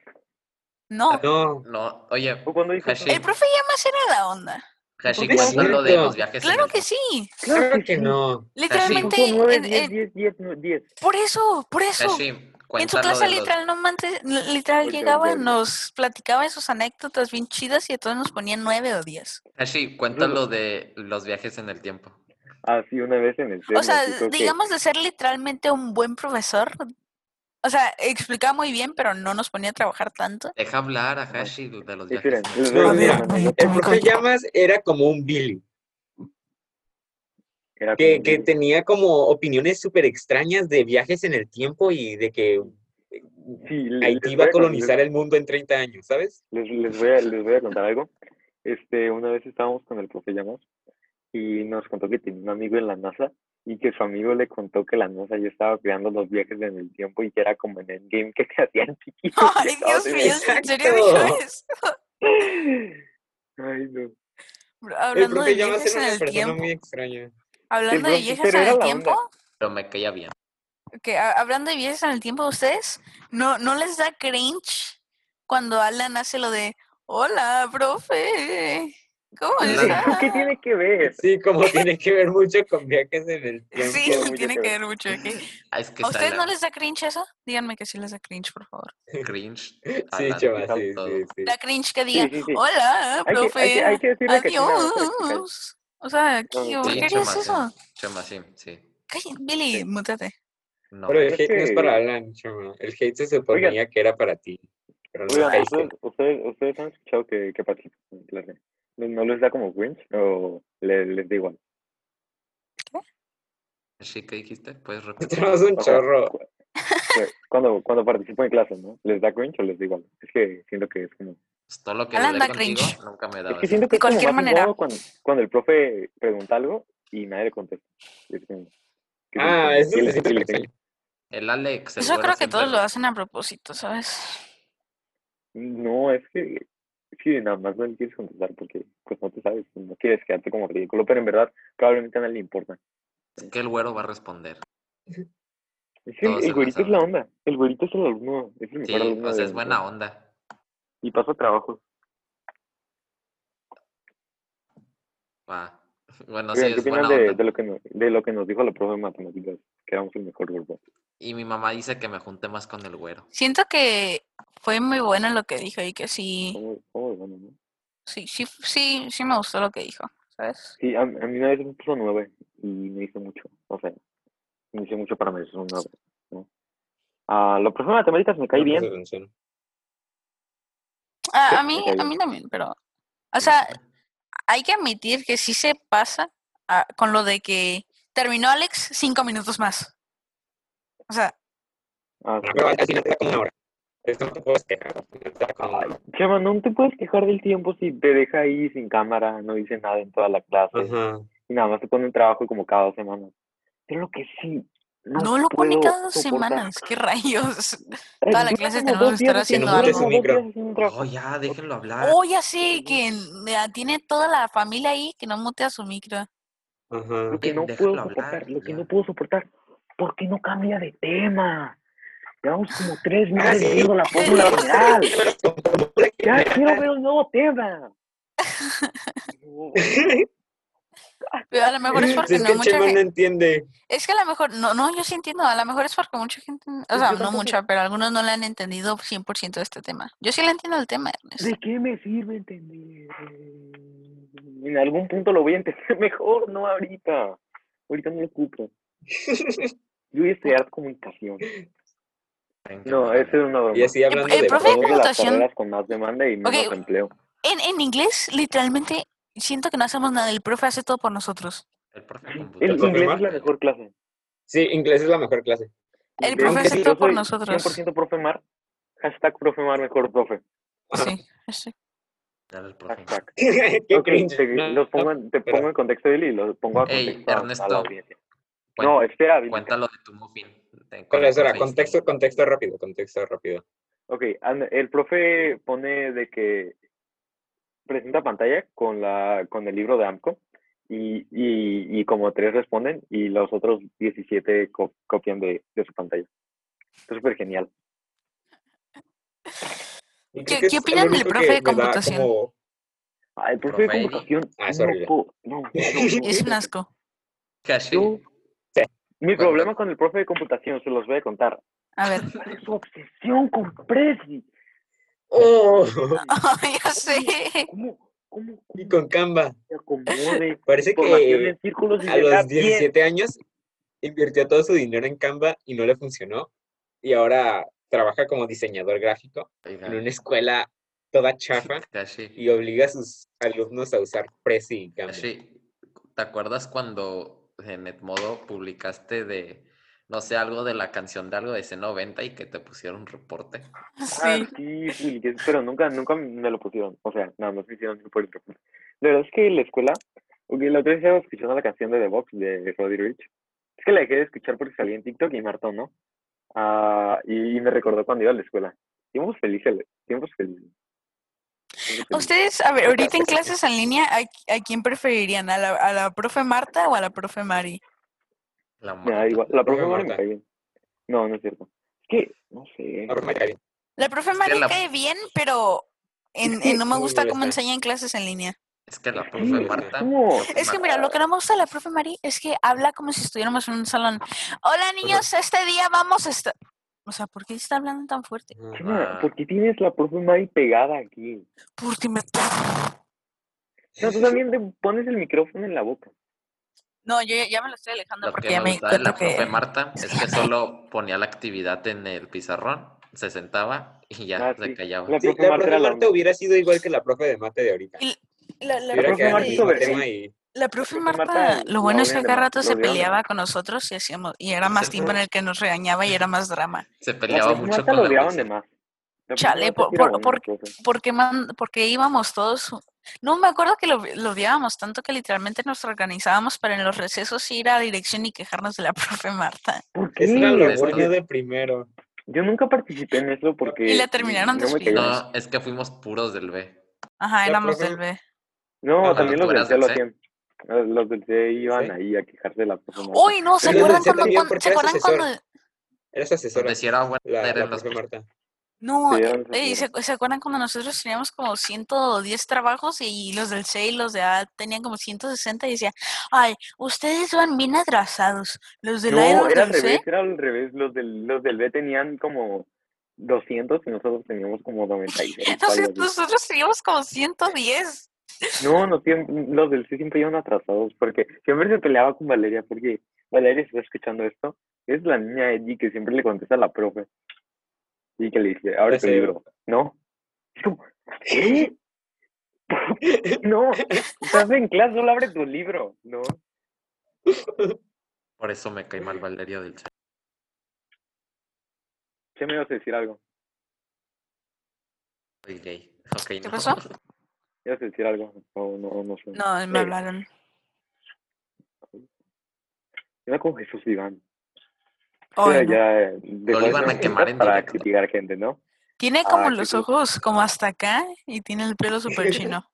B: No.
C: No,
D: No, oye,
A: ¿O cuando dijo eso?
D: Hashi,
B: El profe Llamas era la onda.
D: Hashi,
A: profe-
D: ¿cuándo lo de
C: Cierto.
D: los viajes? en
B: Claro
D: el
B: que
D: bus?
B: sí.
C: claro que,
A: sí.
C: no.
B: Literalmente,
A: Puso nueve,
B: en-
A: diez,
B: en-
A: diez, diez, nue- diez.
B: por eso, por eso.
D: Hashi,
B: En su
D: cuenta lo
B: clase
D: de los...
B: literal, no manches, li- literal
A: Porque
B: llegaba,
A: verga.
B: nos platicaba de sus anécdotas bien chidas y a todos nos ponían nueve o diez.
D: Hashi, cuenta lo de los viajes en el tiempo.
A: Ah, sí, una vez en el
B: O
A: CES nos
B: sea,
A: dijo que-
B: digamos de ser literalmente un buen profesor. O sea, explicaba muy bien, pero no nos ponía a trabajar tanto.
D: Deja hablar a
A: Ajá.
D: Hashi de los viajes
A: Esperen,
D: en el
A: les
D: tiempo.
A: voy a
C: No,
A: decir
C: mira,
A: una anécdota
C: El profe llamas era como un Billy,
A: que era
C: que,
A: como
C: que
A: de-
C: tenía como opiniones súper extrañas de viajes en el tiempo y de que eh,
A: Sí, le- les
C: Haití
A: voy
C: va a
A: a con-
C: colonizar el mundo en 30 años, ¿sabes?
A: Les, les voy a, les voy a contar algo. Este, una vez estábamos con el profe Llamas y nos contó que tenía un amigo en la NASA y que su amigo le contó que la NASA ya estaba creando los viajes en el tiempo y que era como en el game que se hacían chiquitos. y
B: Ay,
A: acabas
B: Dios
A: de
B: mío, ¿en serio dijo
C: Exacto.
B: eso?
A: ver- Ay, no. Eh,
C: El
B: Hablando de
C: profe llamas
B: viajes
C: era
B: en
C: una
B: el
C: persona
B: tiempo,
C: muy extraña.
B: hablando de
A: profe-
B: viajes
A: pero
B: en
A: era
B: el
A: la
B: tiempo,
A: onda.
D: Pero me caía bien.
B: que a- hablando de viajes en el tiempo, ¿ustedes no, no les da cringe cuando Alan hace lo de hola, profe? ¿Cómo
D: Alan.
B: está?
A: ¿Eso qué tiene que ver?
C: Sí, como tiene que ver mucho con viajes en el tiempo.
B: Sí,
A: tiempo, mucho
B: tiene
A: que
B: que
A: ver.
B: ver mucho. de que-
D: Ah, es que
B: ¿A
D: está
B: ustedes no
D: Alan.
B: les da cringe eso? Díganme que sí les da cringe, por favor.
D: cringe.
C: Sí,
D: Alan.
C: Chema,
A: tal-
C: sí,
D: todo.
C: sí, sí.
B: Da cringe que diga,
A: Sí, sí, sí.
B: hola,
A: Hay que,
B: profe,
A: hay que, hay que decirle que tiene otra explicación.
B: adiós. O sea, ¿qué-
A: No, no,
B: ¿por
D: Sí,
B: qué
A: sí.
B: harías
D: Chema, sí.
B: eso?
D: Chema, sí, sí.
B: Cállate, Billy,
A: Sí.
B: mútate.
D: No.
C: Pero el
A: Creo
C: hate no es para
A: que-
C: Alan, Chema. El hate se suponía que era para ti, pero no
A: Oigan,
C: caíste.
A: ¿ustedes, ustedes, ustedes han escuchado que, que participan en clase? ¿No, no les da como cringe o le- les da igual?
D: Hashi, ¿qué dijiste? ¿Puedes repetir?
C: Tenemos un
A: O sea,
C: chorro.
A: cu- cu- cuando, cuando participo en clase, ¿no? ¿Les da cringe o les da igual? Es que siento que es como...
D: Pues Todo lo que
B: Alan
D: dudé
B: da
D: contigo
B: cringe.
D: nunca me
A: Es
D: daba
A: que
D: eso.
A: siento que
B: De
A: es como
B: cualquier
A: más
B: manera.
A: incómodo cuando, cuando el profe pregunta algo y nadie le contesta. Y es como- que te
C: Ah,
A: dicen-
C: eso
A: y les-
C: se siente
A: y
C: súper
A: les dicen,
C: extraño.
D: El Alex, el
B: Eso
D: güero
B: creo que
D: siempre
B: todos lo
D: lo...
B: hacen a propósito, ¿sabes?
A: No, es que... Sí, nada más no le quieres contestar porque pues no te sabes, no quieres quedarte como ridículo, pero en verdad probablemente a nadie le importa.
D: Es que el güero va a responder.
A: Es que el,
D: Todos
A: el
D: se la
A: güerito es la
D: saben.
A: onda. El güerito es el alumno, es el mejor
D: Sí,
A: alumno
D: o sea,
A: de
D: es
A: mi
D: buena
A: clase.
D: onda.
A: Y pasa trabajo.
D: Va. Bueno, sí,
A: Oigan, ¿qué
D: es buena
A: opinan de,
D: onda.
A: de, lo que nos, de lo que nos dijo la profe de matemáticas? Que éramos el mejor grupo.
D: Y mi mamá dice que me junte más con el güero.
B: Siento que fue muy bueno lo que dijo y que sí,
A: ¿Cómo, cómo de bueno, no?
B: sí, sí, sí, sí me gustó lo que dijo, ¿sabes?
A: Sí, a, a mí una vez me puso nueve. y me hizo mucho, o sea, me hizo mucho para merecer un Nobel. ¿no? Ah, la profesora de matemáticas me cae
C: No
A: bien,
C: puse atención.
B: Ah, a
A: Sí,
B: mí,
A: está
B: a mí
A: bien.
B: también, pero, o sea, hay que admitir que sí se pasa ah, con lo de que terminó Alex cinco minutos más. O sea,
A: Ah,
C: No,
A: sí.
C: pero al al final te da como una hora. De Eso no te puedes quejar. te da como una
A: Ay,
C: hora.
A: Chema, no te puedes quejar del tiempo si te deja ahí sin cámara, no dice nada en toda la clase
C: Ajá.
A: y nada más te pone un trabajo como cada dos semanas. Pero lo que sí, no,
B: no, lo pone
A: puedo
B: cada dos
A: soportar-
B: semanas, qué rayos.
A: Eh,
B: Toda la
A: dura
B: clase
A: como
B: tenemos que
A: dos
B: estar
A: días
B: haciendo
A: dura
C: algo.
A: como
C: Mute su
A: dos días
C: micro.
A: haciendo un trabajo.
D: Oh, ya, déjenlo
A: Ah,
D: hablar.
B: Oh, ya sé que n- ah, tiene toda la familia ahí que no mutea su micro.
C: Ajá.
A: Lo que
D: Eh,
A: no
D: déjalo
A: puedo
D: hablar,
A: soportar, lo que
D: ya.
A: no puedo soportar, ¿por qué no cambia de tema? Llevamos como tres meses
C: sí.
A: viendo la fórmula general. Ya quiero ver un nuevo tema. No,
B: Pero a lo mejor es Ah,
C: Si
B: porque
C: es
B: no
C: que
B: mucha
C: Chema no
B: gente.
C: entiende.
B: Es que a lo mejor, no, no, yo sí entiendo, a lo mejor es porque mucha gente, n- o
A: Pues Yo
B: sea, no
A: tampoco.
B: mucha, pero algunos no le han entendido 100% de este tema. Yo sí le entiendo el tema, Ernesto.
A: ¿De qué me sirve entender? En algún punto lo voy a entender mejor, no ahorita. Ahorita no lo ocupo. Yo voy a estudiar comunicación. No, esa era una broma.
C: Y así
B: El,
C: hablando
B: el
C: de
B: profe de
A: Es de
C: bromas.
A: las
B: computación,
A: carreras con más demanda y menos
B: Ok.
A: empleo.
B: en, en inglés, literalmente siento que no hacemos nada, el profe hace todo por nosotros.
D: El profe de
A: El
D: computación.
A: inglés
C: confirmar?
A: es la mejor clase.
C: Sí, inglés es la mejor clase.
B: El
A: Inglés.
B: profe
C: Aunque
B: hace
C: sí,
B: todo
A: Yo
B: por
A: soy
B: nosotros.
A: 100% profe Mar. Hashtag profe Mar, mejor profe.
C: Ajá.
B: Sí, sí.
D: Dale el profe.
A: Hashtag.
C: Qué
A: Ok,
C: cringe.
A: te,
C: No,
A: los pongo
C: no,
A: en- te
C: pero-
A: pongo en contexto, Billy, y los pongo a
D: Ey,
A: contexto a- a, la
D: Ernesto,
A: audiencia.
D: cuen-
A: No, este, espera, Billy.
D: cuéntalo de tu muffin. de- con el
C: Espera, espera,
D: profe Isaac.
C: contexto, contexto rápido, contexto rápido.
A: Ok, and- el profe pone de que presenta pantalla con la con el libro de AMCO y, y, y como tres responden y los otros 17 co- copian de, de su pantalla. Es súper genial.
C: Y creo
B: ¿Qué, qué
C: que es el
B: opinan del
C: único
B: profe
C: que
B: de
C: me da
B: computación?
C: como.
A: Ah, el profe de
D: Profe Eli.
A: computación,
C: Ah, es
A: no,
C: horrible.
A: co- no, no, no,
B: Es un
A: no.
B: asco.
D: Casi.
A: Yo- mi
D: Cuenta.
A: problema con el profe de computación, se los voy a contar.
B: A ver.
A: ¿Cuál es su obsesión con Prezi?
C: ¡Oh!
B: ya sé.
A: ¿Cómo, cómo,
C: Y
A: cómo
C: con Canva.
A: se acomode
C: Parece
A: información
C: que
A: en círculos y
C: a
A: le da
C: los
A: bien?
C: 17 años invirtió todo su dinero en Canva y no le funcionó. Y ahora trabaja como diseñador gráfico
D: Oiga,
C: en una escuela toda chafa
D: Casi.
C: y obliga a sus alumnos a usar Prezi y Canva.
D: Casi. ¿Te acuerdas cuando en Edmodo publicaste de, no sé, algo de la canción de algo de C90 y que te pusieron un reporte?
A: Ah,
B: Sí.
A: sí, publiqué, pero nunca, nunca me lo pusieron. O sea, nada más me hicieron por internet. La verdad es que la escuela, ok, la otra vez estaba escuchando la canción de The Box de Roddy Rich. Es que la dejé de escuchar porque salí en TikTok y Marta, ¿no? Ah, y, y me recordó cuando iba a la escuela. Tiempos felices, tiempos felices. Tiempos felices.
B: Ustedes, a ver,
C: Qué
B: ahorita en
C: clase.
B: clases en línea, ¿a, qui- a quién preferirían? ¿A la, a la profe Marta o a la profe Mari?
D: La
A: Me da
D: Marta.
A: igual. La
C: Profe
A: profe Mora me
C: Marta.
A: cae bien. No, no es cierto. Es que, no sé.
C: La broma de Karen.
B: La profe
D: que
B: Mari
D: la-
B: cae bien, pero en,
A: que
B: en no me
C: es muy
B: gusta cómo
C: molesta.
B: enseña en clases en línea.
D: Es que la profe
A: Sí, es
D: Marta.
A: como.
D: profe
B: Es que mira, lo que
D: Marta-
B: no me gusta de la profe Mari es que habla como si estuviéramos en un salón. Hola niños, este día vamos a estar... O sea, ¿por qué está hablando tan fuerte?
C: Ajá.
A: Chema,
D: Ah.
A: ¿por qué tienes la profe Mari pegada aquí?
B: Porque me...
A: No, tú también te pones el micrófono en la boca.
B: No, yo ya ya me lo estoy alejando
D: Lo
B: porque
D: que
B: ya
D: me
B: me di
D: gustaba de
B: cuenta
D: la profe
B: que...
D: Marta es que solo ponía la actividad en el pizarrón, se sentaba y ya
A: Ah,
D: se
A: sí.
D: callaba.
A: La
C: Sí,
A: profe
C: la
A: Marta
C: profe
A: era la
C: Marta
A: onda.
C: hubiera sido igual que la profe de mate de ahorita.
B: Y La, la
C: Se
A: La
C: hubiera
A: profe
C: quedado
B: profe
A: Marta es
C: en el mismo
B: de...
C: tema
A: overrated.
C: y
B: La
A: La
B: profe
A: profe Marta
B: Marta, lo
A: la
B: bueno es que
A: odian de
B: cada
A: más.
B: rato
A: La
B: se
A: odiaron de
B: peleaba
A: más.
B: con nosotros y hacíamos, y era
D: Sí,
B: más
D: sí.
B: tiempo en el que nos regañaba y era más drama.
D: Se
A: La
D: peleaba
A: profe
D: mucho
A: Marta
D: con
A: la
D: la
A: odiaban de
D: Wilson.
A: más. La profe
B: Chale,
A: Marta
B: por,
A: sí era
B: por,
A: buena
B: por,
A: profe.
B: porque, man- porque íbamos todos. No me acuerdo que lo, lo odiábamos tanto que literalmente nos organizábamos para en los recesos ir a la dirección y quejarnos de la profe Marta.
A: ¿Por
C: eso era
A: qué?
C: lo
D: Pero esto-
C: bueno
A: Porque
C: de primero.
A: yo nunca participé en eso
B: Y
A: porque
B: la terminaron
A: no me cayó bien.
B: despidiendo.
D: No, es que fuimos puros del B.
B: Ajá,
C: La
B: éramos
C: profe,
B: del B.
A: No,
C: ajá.
A: también
D: Cuando tú
A: los del
D: eras
A: C
D: del
A: lo
D: C,
A: hacían. Eh, Los del C iban
C: Sí.
A: ahí a quejarse de la profe Marta.
B: Uy, no, ¿se
C: Pero los del
B: acuerdan
C: C
B: cuando
C: también,
B: pon-
C: porque
B: se
C: eras
B: acuerdan cuando
C: asesora. Eras asesora,
D: donde sí era buena
C: la,
D: era
C: la
D: en los
C: profe
D: B.
C: Marta.
B: no,
A: Sí,
B: eh,
A: eran esas
B: ey,
A: señoras.
B: ¿se, se acuerdan cuando nosotros teníamos como 110 trabajos y los del C y los de A tenían como 160 y decía, "Ay, ustedes van bien atrasados. Los del A y
A: No,
B: los
A: era al
B: del C
A: revés, era al revés. Los del, los del B tenían como 200 y nosotros teníamos como 96 o algo así.
B: Nosotros, nosotros teníamos como 110.
A: No, no, siem- los del sí siempre llevan atrasados, porque siempre se peleaba con Valeria, porque Valeria, si está escuchando esto, es la niña Edgy que siempre le contesta a la profe. Y que le dice, abre tu
C: Ese-
A: libro, ¿no? Es como, ¿qué? No, estás en clase, solo abre tu libro, ¿no?
D: Por eso me cae mal Valeria del Cerro.
A: ¿Qué me ibas a decir algo?
D: Soy gay. Ok, no.
B: pasó?
A: ¿Ibas a decir algo? No, no, no sé.
B: No, me
A: Bueno.
B: hablaron.
A: Era como Jesús Iván. Era
B: Ay, no.
A: ya eh, de
D: Lo
A: cosas
D: iban a
A: machistas
D: quemar en
A: para
D: directo.
A: criticar gente, ¿no?
B: Tiene como
A: Ah,
B: los
A: Jesús.
B: ojos como hasta acá y tiene el pelo súper chino.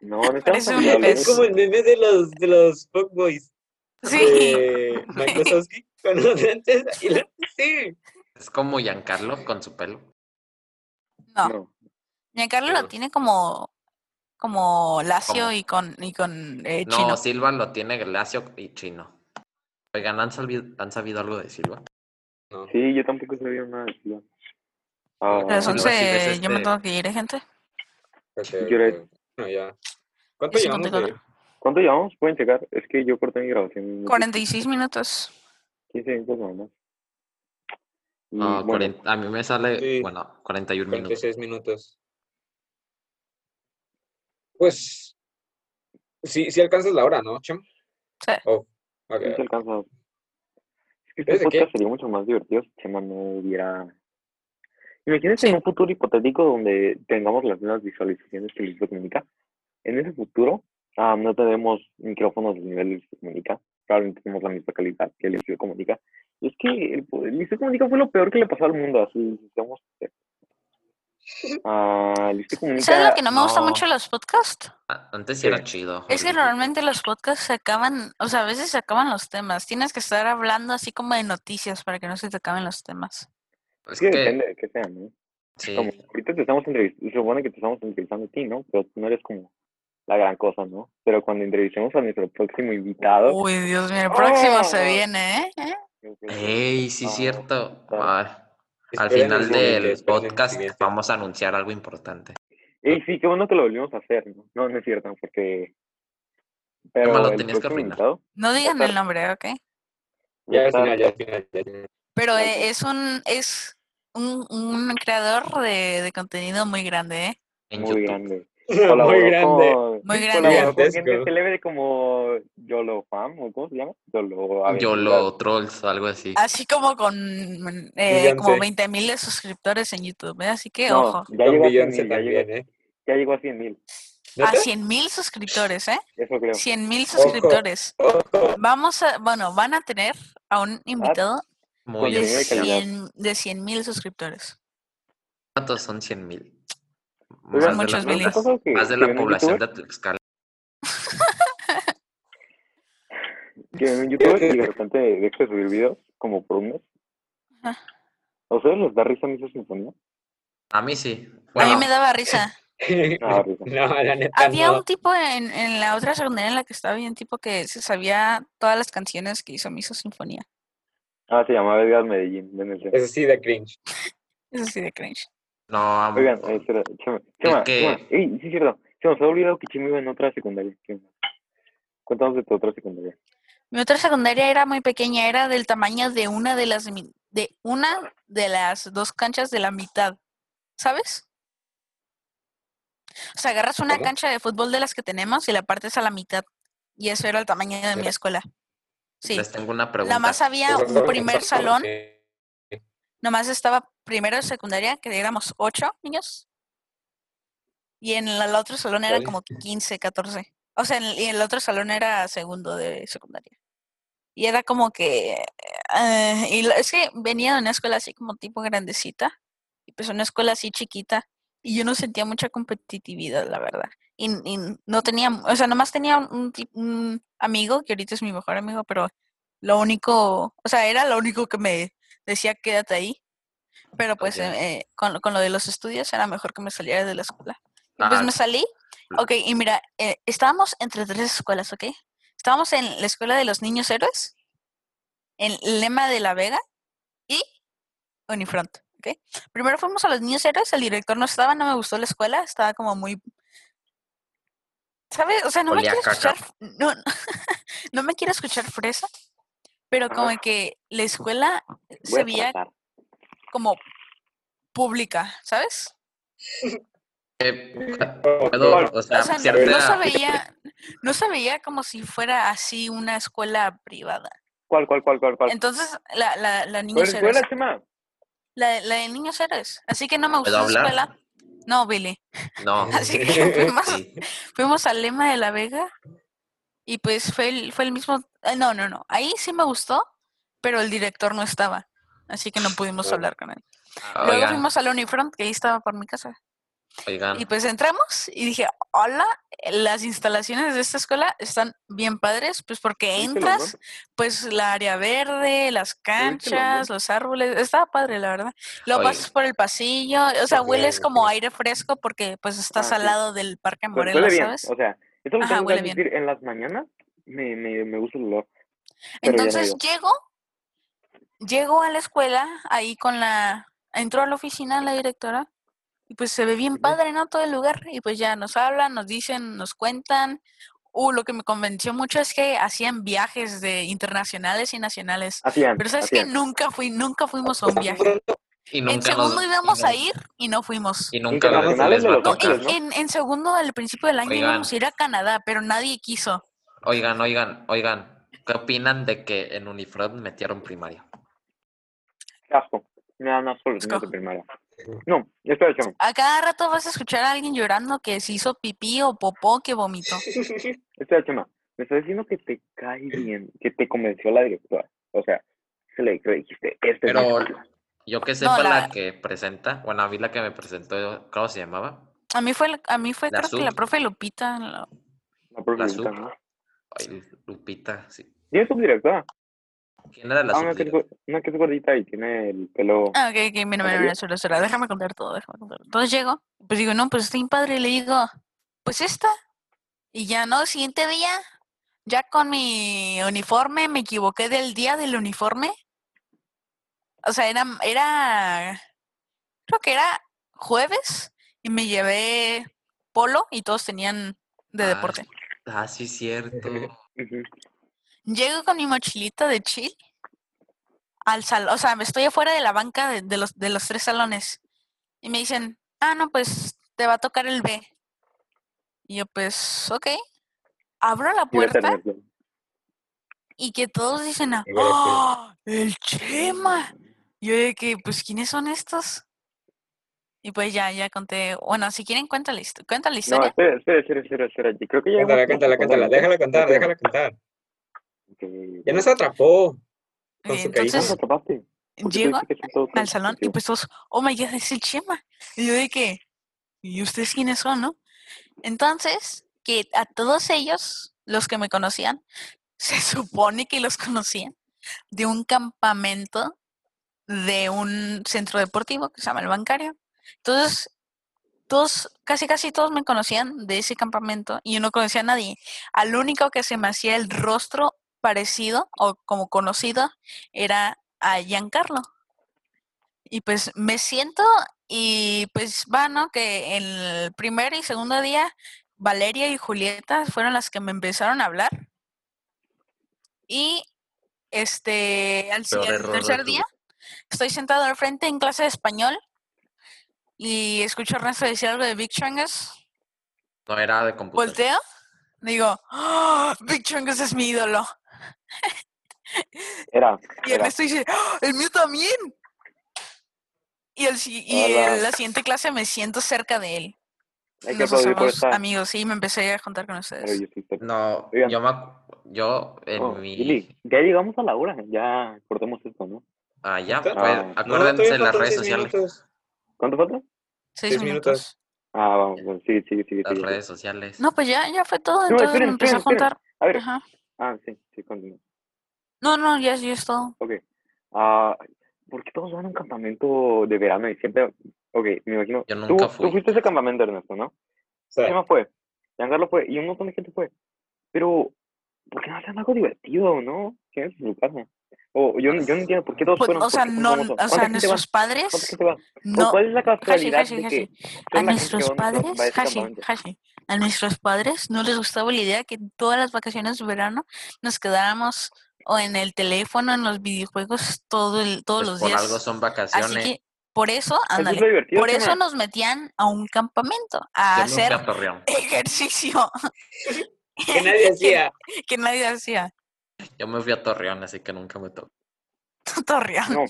A: No, no estamos
B: Parece un
A: hablando de
B: pez.
C: Es como
A: eso.
C: el meme de los, de los fuckboys.
B: Sí.
C: de Mike Wazowski con los lentes y la- Sí.
D: Es como Giancarlo con su pelo.
B: No.
A: No.
B: Giancarlo
D: Mm.
B: lo tiene como como lacio
D: ¿Cómo?
B: y con y con eh,
D: No,
B: chino.
D: Silva lo tiene glacio y chino. Oigan, ¿han sabido, ¿han sabido algo de Silva?
C: No.
A: Sí, yo tampoco sabía nada de eso. Ah,
D: Pero
B: A las
D: Silva
B: 11
D: sí ves
B: yo me
D: este-
B: tengo que ir, ¿eh, gente.
C: espérate,
A: Yo era-
C: espérate. Bueno, ya. ¿Cuánto
B: Es
C: llevamos de-
B: 54.
A: ¿Cuánto llevamos? Pueden checar. Es que yo corté mi grabación. en unos
B: 46 minutos.
A: 15 minutos nomás.
D: Ah,
A: Y,
D: No,
A: Mm, bueno,
D: 40 a mí me sale,
C: Sí.
D: bueno, 41 minutos.
C: 46 minutos. Pues, sí, sí alcanzas la hora, ¿no, Cham?
B: Sí.
C: Oh, ok.
A: sí se alcanza. Es que
C: ¿Sabes
A: este
C: de qué?
A: podcast sería mucho más divertido si Chema no hubiera... Imagínense en
B: Sí.
A: un futuro hipotético donde tengamos las mismas visualizaciones que Luis Comunica. En ese futuro ah, no tenemos micrófonos del nivel de Luis Comunica. Probablemente tenemos la misma calidad que Luis Comunica. Y es que el, po- Luis Comunica fue lo peor que le pasó al mundo. Así estamos... Ah, Luis Comunica...
B: ¿Sabes lo que no me gusta
D: no.
B: mucho de los podcasts?
D: Ah, Antes
A: Sí.
D: sí era chido.
B: Es que
D: ahorita-
B: normalmente los podcasts se acaban, o sea, a veces se acaban los temas. Tienes que estar hablando así como de noticias para que no se te acaben los temas.
D: Es
A: Sí,
D: que,
A: depende de qué sea, ¿no?
D: sí,
A: Como, ahorita te estamos entrevistando, se supone que te estamos entrevistando a ti, ¿no? Pero tú no eres como la gran cosa, ¿no? Pero cuando entrevistemos a nuestro próximo invitado...
B: Uy, Dios mío, el próximo se
A: Oh.
B: viene, ¿eh? ¿eh?
A: yo creo que-
D: Ey, sí,
A: Ah,
D: cierto.
A: claro.
D: Ah, al
C: Esperen el
D: final
C: siguiente,
D: del
C: esperen el
D: podcast
C: siguiente.
D: vamos a anunciar algo importante.
A: Ey, sí, qué bueno que lo volvimos a hacer, ¿no? No, no es cierto, porque... Pero
D: Chema, lo
A: el
D: tenías que
A: próximo
D: arruinar.
A: invitado
B: No digan
A: Otra.
B: el nombre, ¿ok?
A: va
C: Ya
A: a
C: al final,
A: estar-
C: ya al final, ya al final.
B: Pero
A: Ok.
B: eh, es un es un, un creador de, de contenido muy grande, ¿eh?
D: En
A: muy
D: YouTube.
A: grande.
C: Muy
A: Colaboró
C: grande.
A: con-
B: Muy grande.
A: Colaboró con gente
C: Gigantesco.
A: célebre como YoloFam, ¿o cómo se llama? Yolo
D: Yo
A: Aventuras.
D: lo trolls, algo así.
B: Así como con mm, eh, como
C: Gigante.
B: 20 mil de suscriptores en YouTube, ¿eh? Así que
A: No,
B: ojo.
C: Y
A: ya
C: con
A: llegó a cien
C: Beyoncé
A: mil, ya
C: también,
A: llegó,
C: ¿eh?
A: ya llegó a 100 mil,
B: A
C: ¿Neta?
B: 100 mil suscriptores, ¿eh?
A: eso creo.
B: 100 mil
C: Ojo.
B: suscriptores. Vamos a, bueno, van a tener a un invitado
D: Muy
B: de
A: Contenido de calidad.
D: especial.
B: 100 de 100 mil suscriptores.
D: ¿Cuántos son 100 mil?
A: Oigan,
D: Más de la,
B: muchos
A: ¿no les ha
B: miles.
A: pasado que,
D: más de
A: que
D: la
A: ven un
D: población
A: youtuber,
D: de Tlaxcala.
A: que ven un youtuber y de repente deja de subir videos como por un mes?
B: Ajá.
A: ¿A ustedes les da risa mi sinfonía?
D: A mí sí.
B: A mí
D: Bueno,
B: me daba risa.
A: No, risa.
C: No, la neta
B: Había
C: no.
B: un tipo en, en la otra secundaria en la que estaba, había un tipo que se sabía todas las canciones que hizo Miso Sinfonía.
A: Ah, se llamaba Edgar Medellín, vénganse.
C: Eso sí da cringe.
B: Eso sí de cringe.
D: no.
A: Oigan, eh, espera, Chema, Chema,
D: Ah. que-
A: Chema, ey, sí es cierto, se nos ha olvidado que Chema iba en otra secundaria. Chema. Cuéntanos de tu otra secundaria.
B: Mi otra secundaria era muy pequeña, era del tamaño de una de las mi- de una de las dos canchas de la mitad, ¿sabes? O sea, agarras una
C: ¿Cómo?
B: cancha de fútbol de las que tenemos y la partes a la mitad. Y eso era el tamaño de mi
D: Neta.
B: escuela. Sí.
D: les tengo una pregunta.
B: Nada más había
C: Eso
B: un
C: son-
B: primer
C: son-
B: salón,
C: eh,
B: nomás estaba primero de secundaria, que éramos ocho niños. Y en la- el otro salón eran
C: Chale.
B: como 15, 14. O sea, en el- y el otro salón era segundo de secundaria. Y era como que... eh, y lo- es que venía de una escuela así como tipo grandecita. Y pues una escuela así chiquita. Y yo no sentía mucha competitividad, la verdad. Y, y no tenía... O sea, nomás tenía un, un ti- un amigo, que ahorita es mi mejor amigo, pero lo único... O sea, era lo único que me decía quédate ahí. Pero pues
D: ya.
B: eh, eh, con, con lo de los estudios era mejor que me saliera de la escuela. Y
D: Ah,
B: pues me salí.
D: cool.
B: Ok, y mira, eh, estábamos entre tres escuelas, ¿ok? Estábamos en la escuela de los niños héroes, en Lema de la Vega y Unifront, ¿ok? Primero fuimos a los niños héroes, el director no estaba, no me gustó la escuela, estaba como muy ¿Sabes? O sea, no me
D: Olía
B: quiero
D: a caca.
B: escuchar. No, no me quiero escuchar fresa,
D: Ah.
B: pero como que la escuela
A: Voy
B: se
A: a
B: veía
A: tratar.
B: como pública, ¿sabes?
D: Eh, puedo,
C: Pero
D: o sea,
B: O sea,
D: cierta-
B: no se veía, no se veía como si fuera así una escuela privada.
A: ¿Cuál, cuál, cuál, cuál,
D: Pues,
A: cuál?
B: Entonces, la, la, la niños
A: ¿Cuál es cuál,
B: héroes.
A: Chema?
B: La, la de niños héroes. Así que no me
D: ¿Puedo
B: gustó esa
D: hablar?
B: escuela. No, Billy.
D: No,
B: Así que fuimos,
D: sí.
B: fuimos a Lema de la Vega y pues fue el, fue el mismo... ah, No, no, no. Ahí sí me gustó, pero el director no estaba. Así que no pudimos
C: Ah.
B: hablar con él. Luego
D: Oigan,
B: fuimos al Unifront, que ahí estaba por mi casa.
D: oigan.
B: Y pues entramos y dije, hola, las instalaciones de esta escuela están bien padres, pues porque
A: ¿Tuviste los
B: entras,
A: nombres?
B: pues la área verde, las
A: viste los
B: canchas,
A: nombres?
B: los árboles, estaba padre, la verdad. Lo
D: Oye.
B: pasas por el pasillo, o sea,
C: Ok,
B: hueles como
C: ok.
B: aire fresco porque pues estás
A: Ah,
B: al
A: sí.
B: lado del Parque
A: Pero huele
B: Morelos,
A: bien,
B: ¿sabes?
A: o sea, esto lo
B: Ajá,
A: tengo que
B: huele bien.
A: admitir, en las mañanas me, me, me gusta el olor. pero ya no
B: Entonces
A: iba.
B: llego, llego a la escuela ahí con la, entró a la oficina la directora y pues se ve bien
A: Ujú.
B: padre, ¿no? Todo el lugar y pues ya nos hablan, nos dicen, nos cuentan. Uh, lo que me convenció mucho es que hacían viajes de internacionales y nacionales.
A: Hacían,
B: Pero sabes que
A: hacían.
B: nunca fui, nunca fuimos a un
C: Tan
B: viaje.
C: pronto,
D: Y
B: En
D: nunca nos-
B: segundo íbamos
D: y
B: a
D: nun-
B: ir y no fuimos.
D: Y nunca
A: Internacionales
D: les
A: de
D: va a
A: Los
B: No,
D: tocar.
A: Ángeles,
B: en,
A: ¿no?
B: en, en segundo al principio del año
D: Oigan.
B: íbamos a ir a Canadá, pero nadie quiso.
D: Oigan, oigan, oigan. ¿Qué opinan de que en Unifrod metieron primaria?
A: Qué asco. Me dan asco los
B: Asco.
A: niños de primaria. No, espera, Chema.
B: A cada rato vas a escuchar a alguien llorando que se hizo pipí o popó que vomitó.
A: Espera, Chema. Este Me estás diciendo que te cae bien, que te convenció la directora. O sea, se le que le dijiste, este es mi
D: Pero
A: escuela.
D: yo que sepa la...
B: la-
D: que presenta, bueno, a mí la que me presentó, ¿cómo se llamaba?
B: A mí fue, la- a mí fue
D: La
B: creo que la
D: sub.
B: profe Lupita. la-
A: La profe
D: La
A: Lupita,
D: sub.
A: ¿no?
D: Ay, Lupita, sí.
A: ¿Tiene subdirectora?
D: ¿Quién era la
A: Ah, una que, es,
D: subdirectora?
A: gu- una que es gordita y tiene el pelo...
B: Ah, ok, ok, mira, mira,
A: ¿Cómo
B: mira,
A: yo?
B: suela, suela, déjame contar todo, déjame contar. Entonces llego, pues digo, no, pues está bien padre, y le digo, pues esta. Y ya no, siguiente día, ya con mi uniforme, me equivoqué del día del uniforme. O sea, era, era, creo que era jueves, y me llevé polo y todos tenían de
D: Ah.
B: deporte.
D: Ah, sí, cierto.
A: Ujú.
B: Llego con mi mochilita de chill al salón, o sea, me estoy afuera de la banca de, de los, de los tres salones y me dicen, ah, no, pues te va a tocar el B. Y yo, pues, ok. Abro la
A: Y va a
B: puerta
A: tener bien.
B: y que todos dicen,
C: Y huele a culo.
B: ¡Ah! ¡El Chema! Y yo de que, pues, ¿quiénes son estos? Y pues ya, ya conté, bueno, si quieren, cuenta la, histo- cuenta la
A: No,
B: historia.
A: espera, espera, espera, espera, espera. Yo creo que ya...
C: Cántala, cántala, cántala. Déjala contar, déjala contar. Ya nos atrapó con
B: Eh,
C: su
A: Ya nos
B: entonces-
C: caída.
A: atrapaste. Porque tú
B: Llego
A: dijiste que son todos
B: al salón y
A: contigo.
B: pues todos, oh my god, es el Chema. Y yo de que, ¿y ustedes quiénes son, no? Entonces, que a todos ellos, los que me conocían, se supone que los conocían de un campamento de un centro deportivo que se llama el bancario. Entonces, todos, casi casi todos me conocían de ese campamento y yo no conocía a nadie. Al único que se me hacía el rostro parecido o como conocido era a Giancarlo. Y pues me siento y pues va, ¿no? Que el primer y segundo día Valeria y Julieta fueron las que me empezaron a hablar. Y este, al, si-
D: Peor
B: al
D: error de
B: tercer
D: tu
B: día estoy sentado al frente en clase de español y escucho a Ernesto decir algo de Big Chungus.
D: No era de computadora.
B: Volteo, digo, "Ah, Big Chungus es mi ídolo. pues
A: Era,
B: Y
A: era.
B: Ernesto dice, "Ah, el mío también. Y, el, si- y
A: Hola.
B: en la siguiente clase me siento cerca de él.
A: Hay que
B: Nos
A: aplaudir por
B: hacemos
A: esta
B: amigos, sí, me empecé a juntar con ustedes.
A: maravillosita.
D: No,
A: Oigan.
D: yo me acu- yo en
A: Oh,
D: mi
A: Lili, ya llegamos a la hora, ya cortemos esto, ¿no?
D: Ah, ya,
C: ¿Está?
D: pues,
A: Ah. No,
D: acuérdense
C: todavía
D: las
C: faltan
D: redes
C: seis
D: sociales.
C: minutos.
A: ¿Cuánto falta?
B: Seis,
C: Seis
B: minutos.
C: minutos.
A: Ah, vamos, vamos, sigue, sigue, sigue,
D: Las
A: sigue. sigue.
D: redes sociales.
B: No, pues ya, ya fue todo.
A: No,
B: Entonces
A: esperen,
B: me empecé
A: esperen,
B: a
A: esperen.
B: juntar.
A: A ver,
B: Ajá.
A: ah, sí, sí, continúa.
B: No, no, ya, es- ya es todo.
A: Ok. Ah, ¿por qué todos van a un campamento de verano y siempre... Ok, me imagino...
D: Yo nunca
A: tú,
D: fui.
A: tú fuiste a ese campamento, Ernesto, ¿no?
C: O sea,
A: ¿Qué más fue? Giancarlo fue, y un montón de gente fue. Pero, ¿por qué no hacen algo divertido, no? ¿Qué es su casa? O, yo, no- yo no entiendo por qué todos
B: Pues,
A: fueron.
B: o sea,
A: por qué
B: no,
A: fueron famosos.
B: o
A: ¿Cuánta
B: sea,
A: gente va?
B: nuestros padres,
A: ¿Cuánta gente va? ¿O
B: no,
A: ¿Cuál es la
B: Hashi,
A: casualidad
B: Hashi,
A: de que
B: Hashi,
A: toda
B: a
A: la gente que
B: nuestros
A: va a nuestros-
B: padres,
A: va a ese
B: Hashi,
A: campamento?
B: Hashi, a nuestros padres no les gustaba la idea que todas las vacaciones de verano nos quedáramos o en el teléfono, en los videojuegos, todo el, todos
D: Pues
B: los
D: por
B: días.
D: algo ¿eh? son
B: Así
D: vacaciones.
B: que por eso,
A: Eso es
B: ándale,
A: lo divertido,
B: por eso
A: Chema.
B: nos metían a un campamento, a
D: Yo
B: hacer
D: nunca Torreón.
B: ejercicio
C: Que nadie hacía.
B: que nadie hacía.
D: Yo me fui a Torreón, así que nunca me tocó.
B: Torreón.
A: No.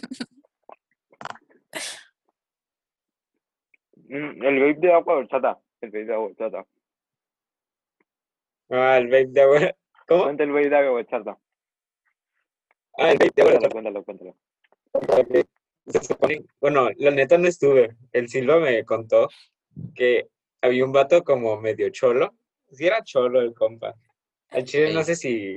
A: Mm, El vape de agua horchata. El vape de agua horchata.
C: Ah, el vape de agua. ¿Cómo?
A: Cuenta el vape de agua horchata.
C: Ah, el vape de agua.
A: Cuéntalo, cuéntalo, cuéntalo.
C: porque se supone- bueno, la neta no estuve. El Silva me contó que había un vato como medio cholo. Si era cholo el compa. Al chile no
D: Ey.
C: sé si.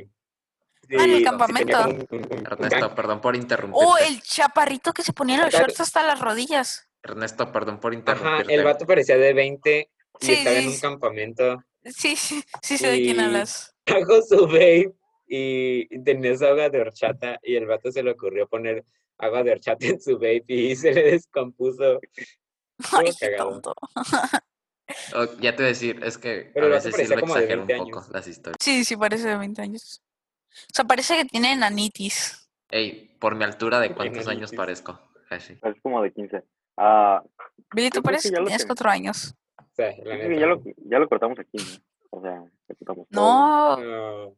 B: Ah, en el
C: si- si tenía
B: campamento.
C: como un- un- un- un gang.
D: Ernesto, perdón por interrumpirte.
B: O Oh, el chaparrito que se ponía los
C: Claro.
B: shorts hasta las rodillas.
D: Ernesto, perdón por
C: Ajá,
D: interrumpirte.
C: el vato parecía de 20 y
B: Sí,
C: estaba en
B: sí,
C: un
B: sí.
C: campamento.
B: Sí, sí, sí sé de quién
C: Y-
B: hablas.
C: Trajo su vape y y tenía esa agua de horchata y el vato se le ocurrió poner agua de horchata en su vape y se le descompuso. Estuvo
B: Ay, qué
C: cagado.
B: tonto.
D: Oh, ya te voy a decir, es que
C: Pero
D: a
C: el vato
D: veces sí
C: parecía
D: lo
C: como de
D: exagero un
C: 20
D: poco
C: años.
D: las historias.
B: Sí, sí, parece de 20 años. O sea, parece que tiene enanitis.
D: Ey, por mi altura, ¿de cuántos años
C: Enanitis.
D: parezco? Hashi.
A: Es como de 15. Ah,
B: Billy, tú
A: Yo creo que
B: pareces
A: ya
B: que
A: lo
B: tienes
A: que-
B: 4 años.
C: O sea, la
A: yo creo que
C: neta.
A: ya lo, ya lo cortamos aquí, ¿no? O sea, lo cortamos todo.
B: No,
C: No. Ok,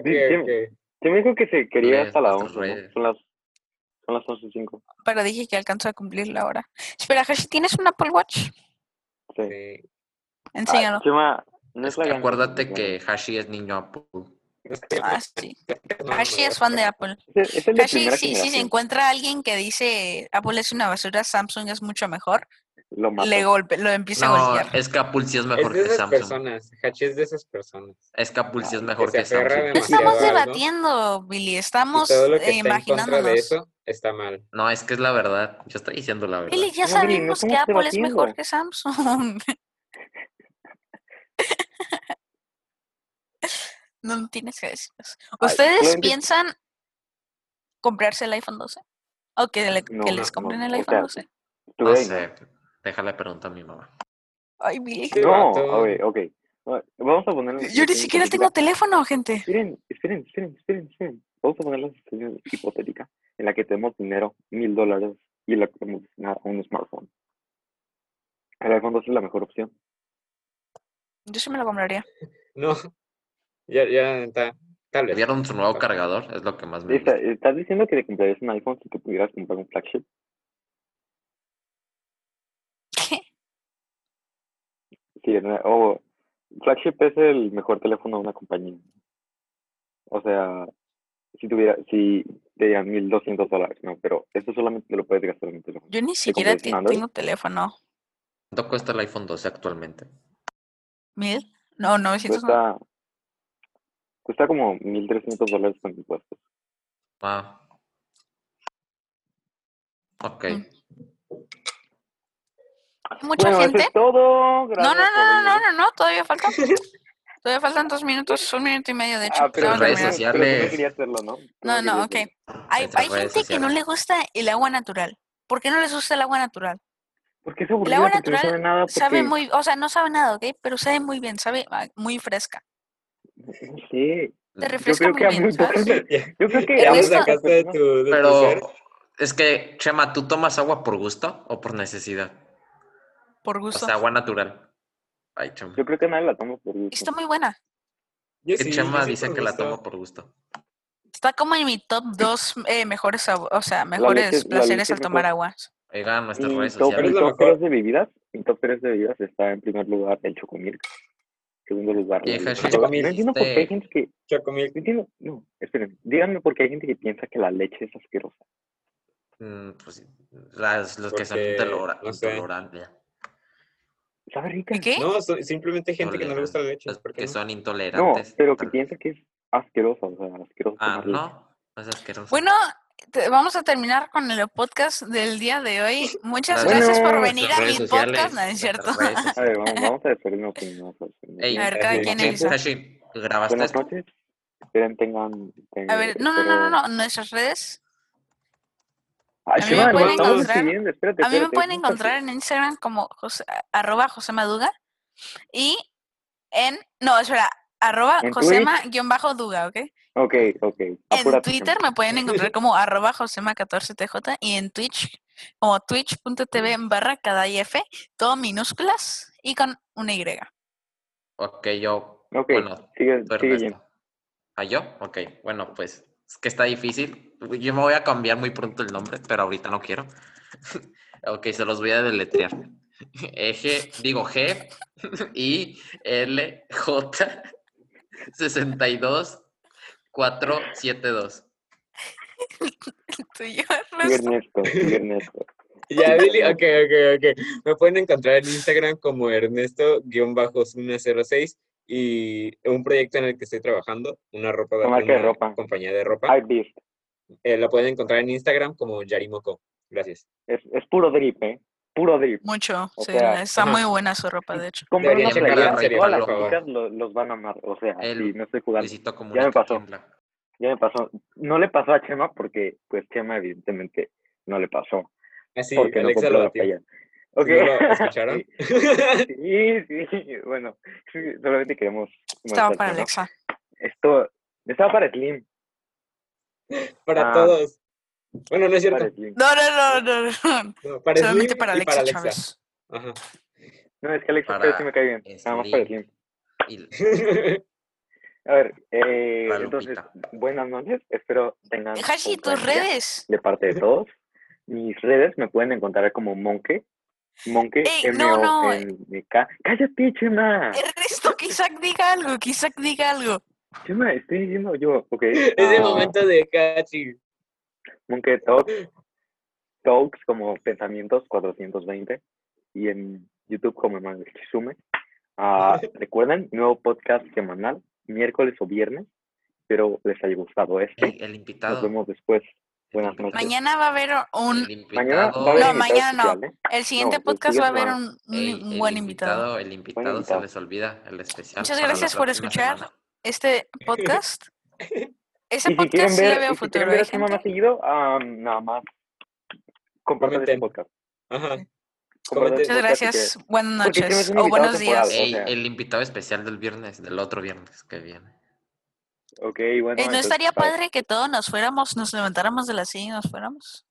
C: ok,
A: Sí, sí.
C: ok.
A: Se me dijo que se quería
D: Reyes,
A: hasta la
D: nuestros
A: 11, ¿no?
D: reyes.
A: Son las, son las 11 y 5.
B: pero dije que alcanzó a cumplir la hora. Espera, Hashi, ¿tienes un Apple Watch?
A: Sí.
C: Sí.
B: Enséñalo.
A: Ah, Chema, no es,
D: Es
A: la
D: que
A: gana, no
D: acuérdate
A: es la
D: que Hashi es niño Apple.
B: Ah, sí. Hashi es fan de Apple.
A: gana. Ese- ese Es el de
B: Hashi,
A: primera
B: si, si se
A: generación.
B: encuentra alguien que dice Apple es una basura, Samsung es mucho mejor,
A: Lo mato.
B: le golpe, lo empieza a
D: No,
B: golpear.
D: es que Apple sí es
C: Es
D: mejor
C: de
D: que
C: esas
D: Samsung.
C: personas. Hachi es de esas personas.
D: Es que Apple sí es
A: Ay,
D: mejor
C: se
D: que
C: aferra
D: Samsung.
B: No estamos
C: demasiado algo.
B: debatiendo, Billy,
C: Y
B: estamos
C: todo lo que
B: eh,
C: está en contra de
B: imaginándonos.
C: eso está mal.
D: No, es que es la verdad. Yo estoy diciendo la verdad.
B: Billy, ya
A: No, Billy, no
B: sabemos que
A: estamos
B: Apple es
A: debatiendo.
B: mejor que Samsung. no no tienes que decirnos.
A: Ay,
B: ¿Ustedes
A: solamente-
B: piensan comprarse el iPhone 12? ¿O que, le- que
A: No,
B: les
A: no,
B: compren
A: no,
B: el
A: o
B: iPhone
A: sea,
B: 12?
D: No
A: Güey,
D: sé. Déjale preguntar a mi mamá.
B: Ay, Billy.
C: Este
A: No,
C: vato.
A: ok, ok. Bueno, Vamos a poner...
B: Yo ni siquiera tengo teléfono, gente.
A: Esperen, esperen, esperen, esperen, esperen. Vamos a poner la situación hipotética en la que tenemos dinero, mil dólares, y la podemos destinar a un smartphone. El iPhone 12 es la mejor opción.
B: Yo sí me lo compraría.
C: No. Ya, ya, la neta. Tal vez.
D: ¿Vieron su nuevo cargador? Es lo que más me
A: Está-
D: gusta.
A: ¿Estás diciendo que te comprarías un iPhone si te pudieras comprar un flagship?
B: ¿Qué?
A: Sí, no, o flagship es el mejor teléfono de una compañía. O sea, si tuviera, si te dieran 1200 dólares, no, pero eso solamente te lo puedes gastar en un teléfono.
B: Yo ni siquiera
A: comprarías un
B: te-
A: Android?
B: tengo teléfono.
D: ¿Cuánto cuesta este el iPhone 12 actualmente?
B: ¿Mil? No, 900 no.
A: Cuesta, cuesta como 1300 dólares con impuestos.
D: Ah. Ok.
B: Mm. ¿Hay mucha
A: bueno,
B: gente?
A: eso es todo.
B: No, no,
A: Gracias
B: no, no,
A: por
B: no,
A: venir.
B: no, no, todavía falta. Todavía faltan dos minutos, un minuto y medio, de hecho.
A: Ah, pero
B: Tengo
D: Sus
B: que
A: tú
D: redes
A: no- pero
B: terminar.
A: tú
D: sociales.
A: no quería hacerlo, ¿no? Tú
B: No, no,
A: querías
B: ok.
A: hacerlo.
B: Hay,
D: Nuestras
B: hay
D: redes
B: gente que no
D: sociales.
B: le gusta el agua natural. ¿Por qué no les gusta el agua natural?
A: ¿Por qué es aburrida?
B: agua
A: Porque no
B: natural
A: sabe nada.
B: Sabe
A: porque-
B: muy, o sea, no sabe nada, ¿ok? Pero sabe muy bien, sabe ah, muy fresca.
A: No sé.
B: Te
A: Yo
B: refresca
A: creo
B: muy
A: que a
B: bien,
A: muy pocas
B: ¿sabes?
A: personas. Yo creo que
C: Ya
A: a
C: lo
A: muy
B: Ernesto-
A: pocas
C: sacaste de
A: personas.
C: tu, de tu Pues ser.
D: Pero es que, Chema, ¿tú tomas agua por gusto o por necesidad?
B: Por
D: O
B: gusto.
D: sea, agua natural. Ay, Chema.
A: Yo creo que nadie la toma por gusto.
B: Está muy buena.
C: Yo
D: Que
C: sí, yo
D: Chema
C: sí
D: dice
C: por
D: que la
C: gusto.
D: toma por gusto.
B: Está como en mi top 2 mejores, sab- o sea,
A: leche es-
B: mejores
A: la
B: placeres
A: leche
B: al
A: es
B: tomar
A: mejor.
B: agua.
D: Oigan, nuestras
A: Mi
D: redes
A: top,
C: Pero
A: mi
C: es
D: sociales.
C: lo
A: top
C: mejor.
A: 3 de bebidas, mi top 3 de bebidas está en primer lugar el chocomilk. Segundo lugar, la
D: Oye,
A: leche
D: Hashi,
A: sola.
C: Chocomilk.
A: No entiendo por qué hay gente que.
C: Chocomilk.
A: No
B: ¿Eh?
A: entiendo. No, esperen. Díganme por qué hay gente que piensa que la leche es asquerosa.
D: Mm, pues, sí, las, los que son
C: Porque,
D: intoleran-
C: no sé.
D: intolerantes.
A: ¿Sabe rica?
B: ¿Y qué?
C: No, so- simplemente gente que no le gusta la leche.
D: Los
C: ¿Por qué
D: que
C: no?
D: son
A: No,
D: intolerantes.
A: pero que
D: tal-
A: piensa que es asquerosa. O sea, asquerosa
D: Ah,
A: tomar leche.
D: no. no Es asqueroso.
B: Bueno, te- vamos a terminar con el podcast del día de hoy. Muchas
A: Bueno.
B: gracias por
A: Nuestras
B: venir
D: Nuestras
B: a mi
D: redes sociales,
B: podcast, ¿no es cierto?
D: nuestras redes
A: A
D: sociales.
A: ver, vamos, vamos a despedirnos. Vamos a despedirnos.
D: Ey,
B: A ver, cada
C: Gracias.
B: quien
D: ¿qué?
B: elisa.
D: Hashi, ¿grabaste
A: Buenas
D: esto?
A: noches. quieren tengan. tengan-
B: A ver, no, no,
A: pero-
B: no, no, no, nuestras redes.
A: Ay,
B: a
A: qué
B: mí me
A: mal,
B: pueden
A: estamos
B: encontrar-
A: escribiendo, espérate,
B: A mí me
A: espérate,
B: pueden
A: es muy fácil.
B: encontrar en Instagram como José- arroba José Maduga y en, no, espera, arroba
A: En Ah,
B: Josema-Duga, ¿ok?
A: Ok, ok.
B: En
A: apúrate,
B: Twitter me pueden encontrar como arroba Josema14tj y en Twitch como twitch.tv barra cada if, todo minúsculas y con una Y.
D: Ok, yo.
A: Ok,
D: Bueno,
A: sigue,
D: tú
A: sigue
D: Ernesto. ¿Ah, yo? Ok, bueno, pues es que está difícil. Yo me voy a cambiar muy pronto el nombre, pero ahorita no quiero. ok, se los voy a deletrear. Eje, digo G, I, L, J, 62, 472.
B: El tuyo,
A: Jen, sigue
B: Ernesto.
A: Ernesto, sigue Ernesto.
C: Ya, Billy, ok, ok, ok. Me pueden encontrar en Instagram como Ernesto-Zuna06 y un proyecto en el que estoy trabajando, una ropa
A: Una marca de
C: una
A: ropa.
C: compañía de ropa.
A: Ay, Beast,
C: Eh, la pueden encontrar en Instagram como Yarimoco. Gracias.
A: es, es puro drip, ¿eh? Puro drip.
B: Mucho,
A: O
B: sí,
A: sea,
B: la- está
C: ajá.
B: muy buena su ropa, de hecho.
A: Compra
C: Deberían
A: una
D: de
A: playera,
D: agarrar en
A: todas las
D: serio, por
A: chicas lo- los van a amar, o sea,
D: El-
A: sí, no estoy jugando.
D: Luisito
A: Ya me
D: Comunica
A: pasó.
D: tiembla.
A: Ya me pasó. No le pasó a Chema porque, pues, Chema evidentemente no le pasó.
C: Así,
A: Porque no
C: Alexa
A: compró
C: lo
A: la
C: batió.
A: playera.
C: ¿No
A: Ok.
C: lo escucharon?
A: Sí, sí, bueno, sí, solamente queremos...
B: Estaba
A: molestarte,
B: para
A: ¿no?
B: Alexa.
A: Esto estaba para Slim.
C: Para
A: Ah.
C: todos. Bueno, no es cierto.
A: Para Slim.
B: No, no, no, no, no, no.
C: No, para
B: Solamente
C: Slim
B: para
C: y
B: Alexa,
C: para Alexa.
B: Chávez.
C: Ajá.
A: No, es que Alex
D: Para
A: Pérez sí me cae bien. Nada más para
D: Slim.
A: Slim.
D: Este, Y
A: A ver, eh,
D: Para
A: entonces,
D: Lupita.
A: buenas noches. Espero tengan.
B: Hashi,
A: un
B: tus
A: buen día
B: redes.
A: De parte de todos. Mis redes me pueden encontrar como Monke. Monke,
B: Ey, no, no. eh.
A: M-O-N-K. Cállate, Chema.
B: Ernesto, que Isaac diga algo, que Isaac diga algo.
A: Chema, estoy diciendo yo. Ok. Ah.
C: es el momento de Cachi.
A: Monke Talks. Talks como Pensamientos 420. Y en YouTube como Emanuel Chisume. Ah, recuerden, nuevo podcast semanal, miércoles o viernes. Espero les haya gustado este.
D: el, el
A: Nos
D: invitado.
A: vemos después. Buenas
D: Invitado.
A: noches.
B: Mañana va a haber un.
D: El invitado.
A: Mañana va a haber
B: No,
A: invitado
B: mañana no.
A: especial, ¿eh?
B: El siguiente
A: el
B: podcast va a haber
A: siguiente
B: un, un-
D: Ey,
B: un
D: el
B: buen invitado.
D: El invitado
A: invitado.
D: se les olvida el especial.
B: Muchas
D: para la
B: gracias por
D: próxima
B: escuchar.
D: semana.
B: Este podcast.
A: Y
B: Ese
A: si quieren
B: podcast sí le
A: ver,
B: veo
A: y si quieren
B: futuro.
A: ver
B: ¿hay
A: a Chema más
B: gente?
A: seguido, ah, nada más. Compartan este
C: Comenten.
A: podcast.
C: Ajá.
B: Sí.
A: Compartan este
C: Comenten.
B: Muchas
A: podcast si
B: gracias.
A: quieren.
B: Buenas
A: Porque Chema es
B: noches.
A: un
B: O
A: invitado
B: buenos
A: temporal,
B: días.
A: o
D: Ey,
A: sea.
D: el invitado especial del viernes, del otro viernes que viene.
A: Ok, bueno.
B: Ey, Eh, ¿No
A: entonces,
B: estaría
A: bye.
B: padre que todos nos fuéramos, nos levantáramos de la silla y nos fuéramos?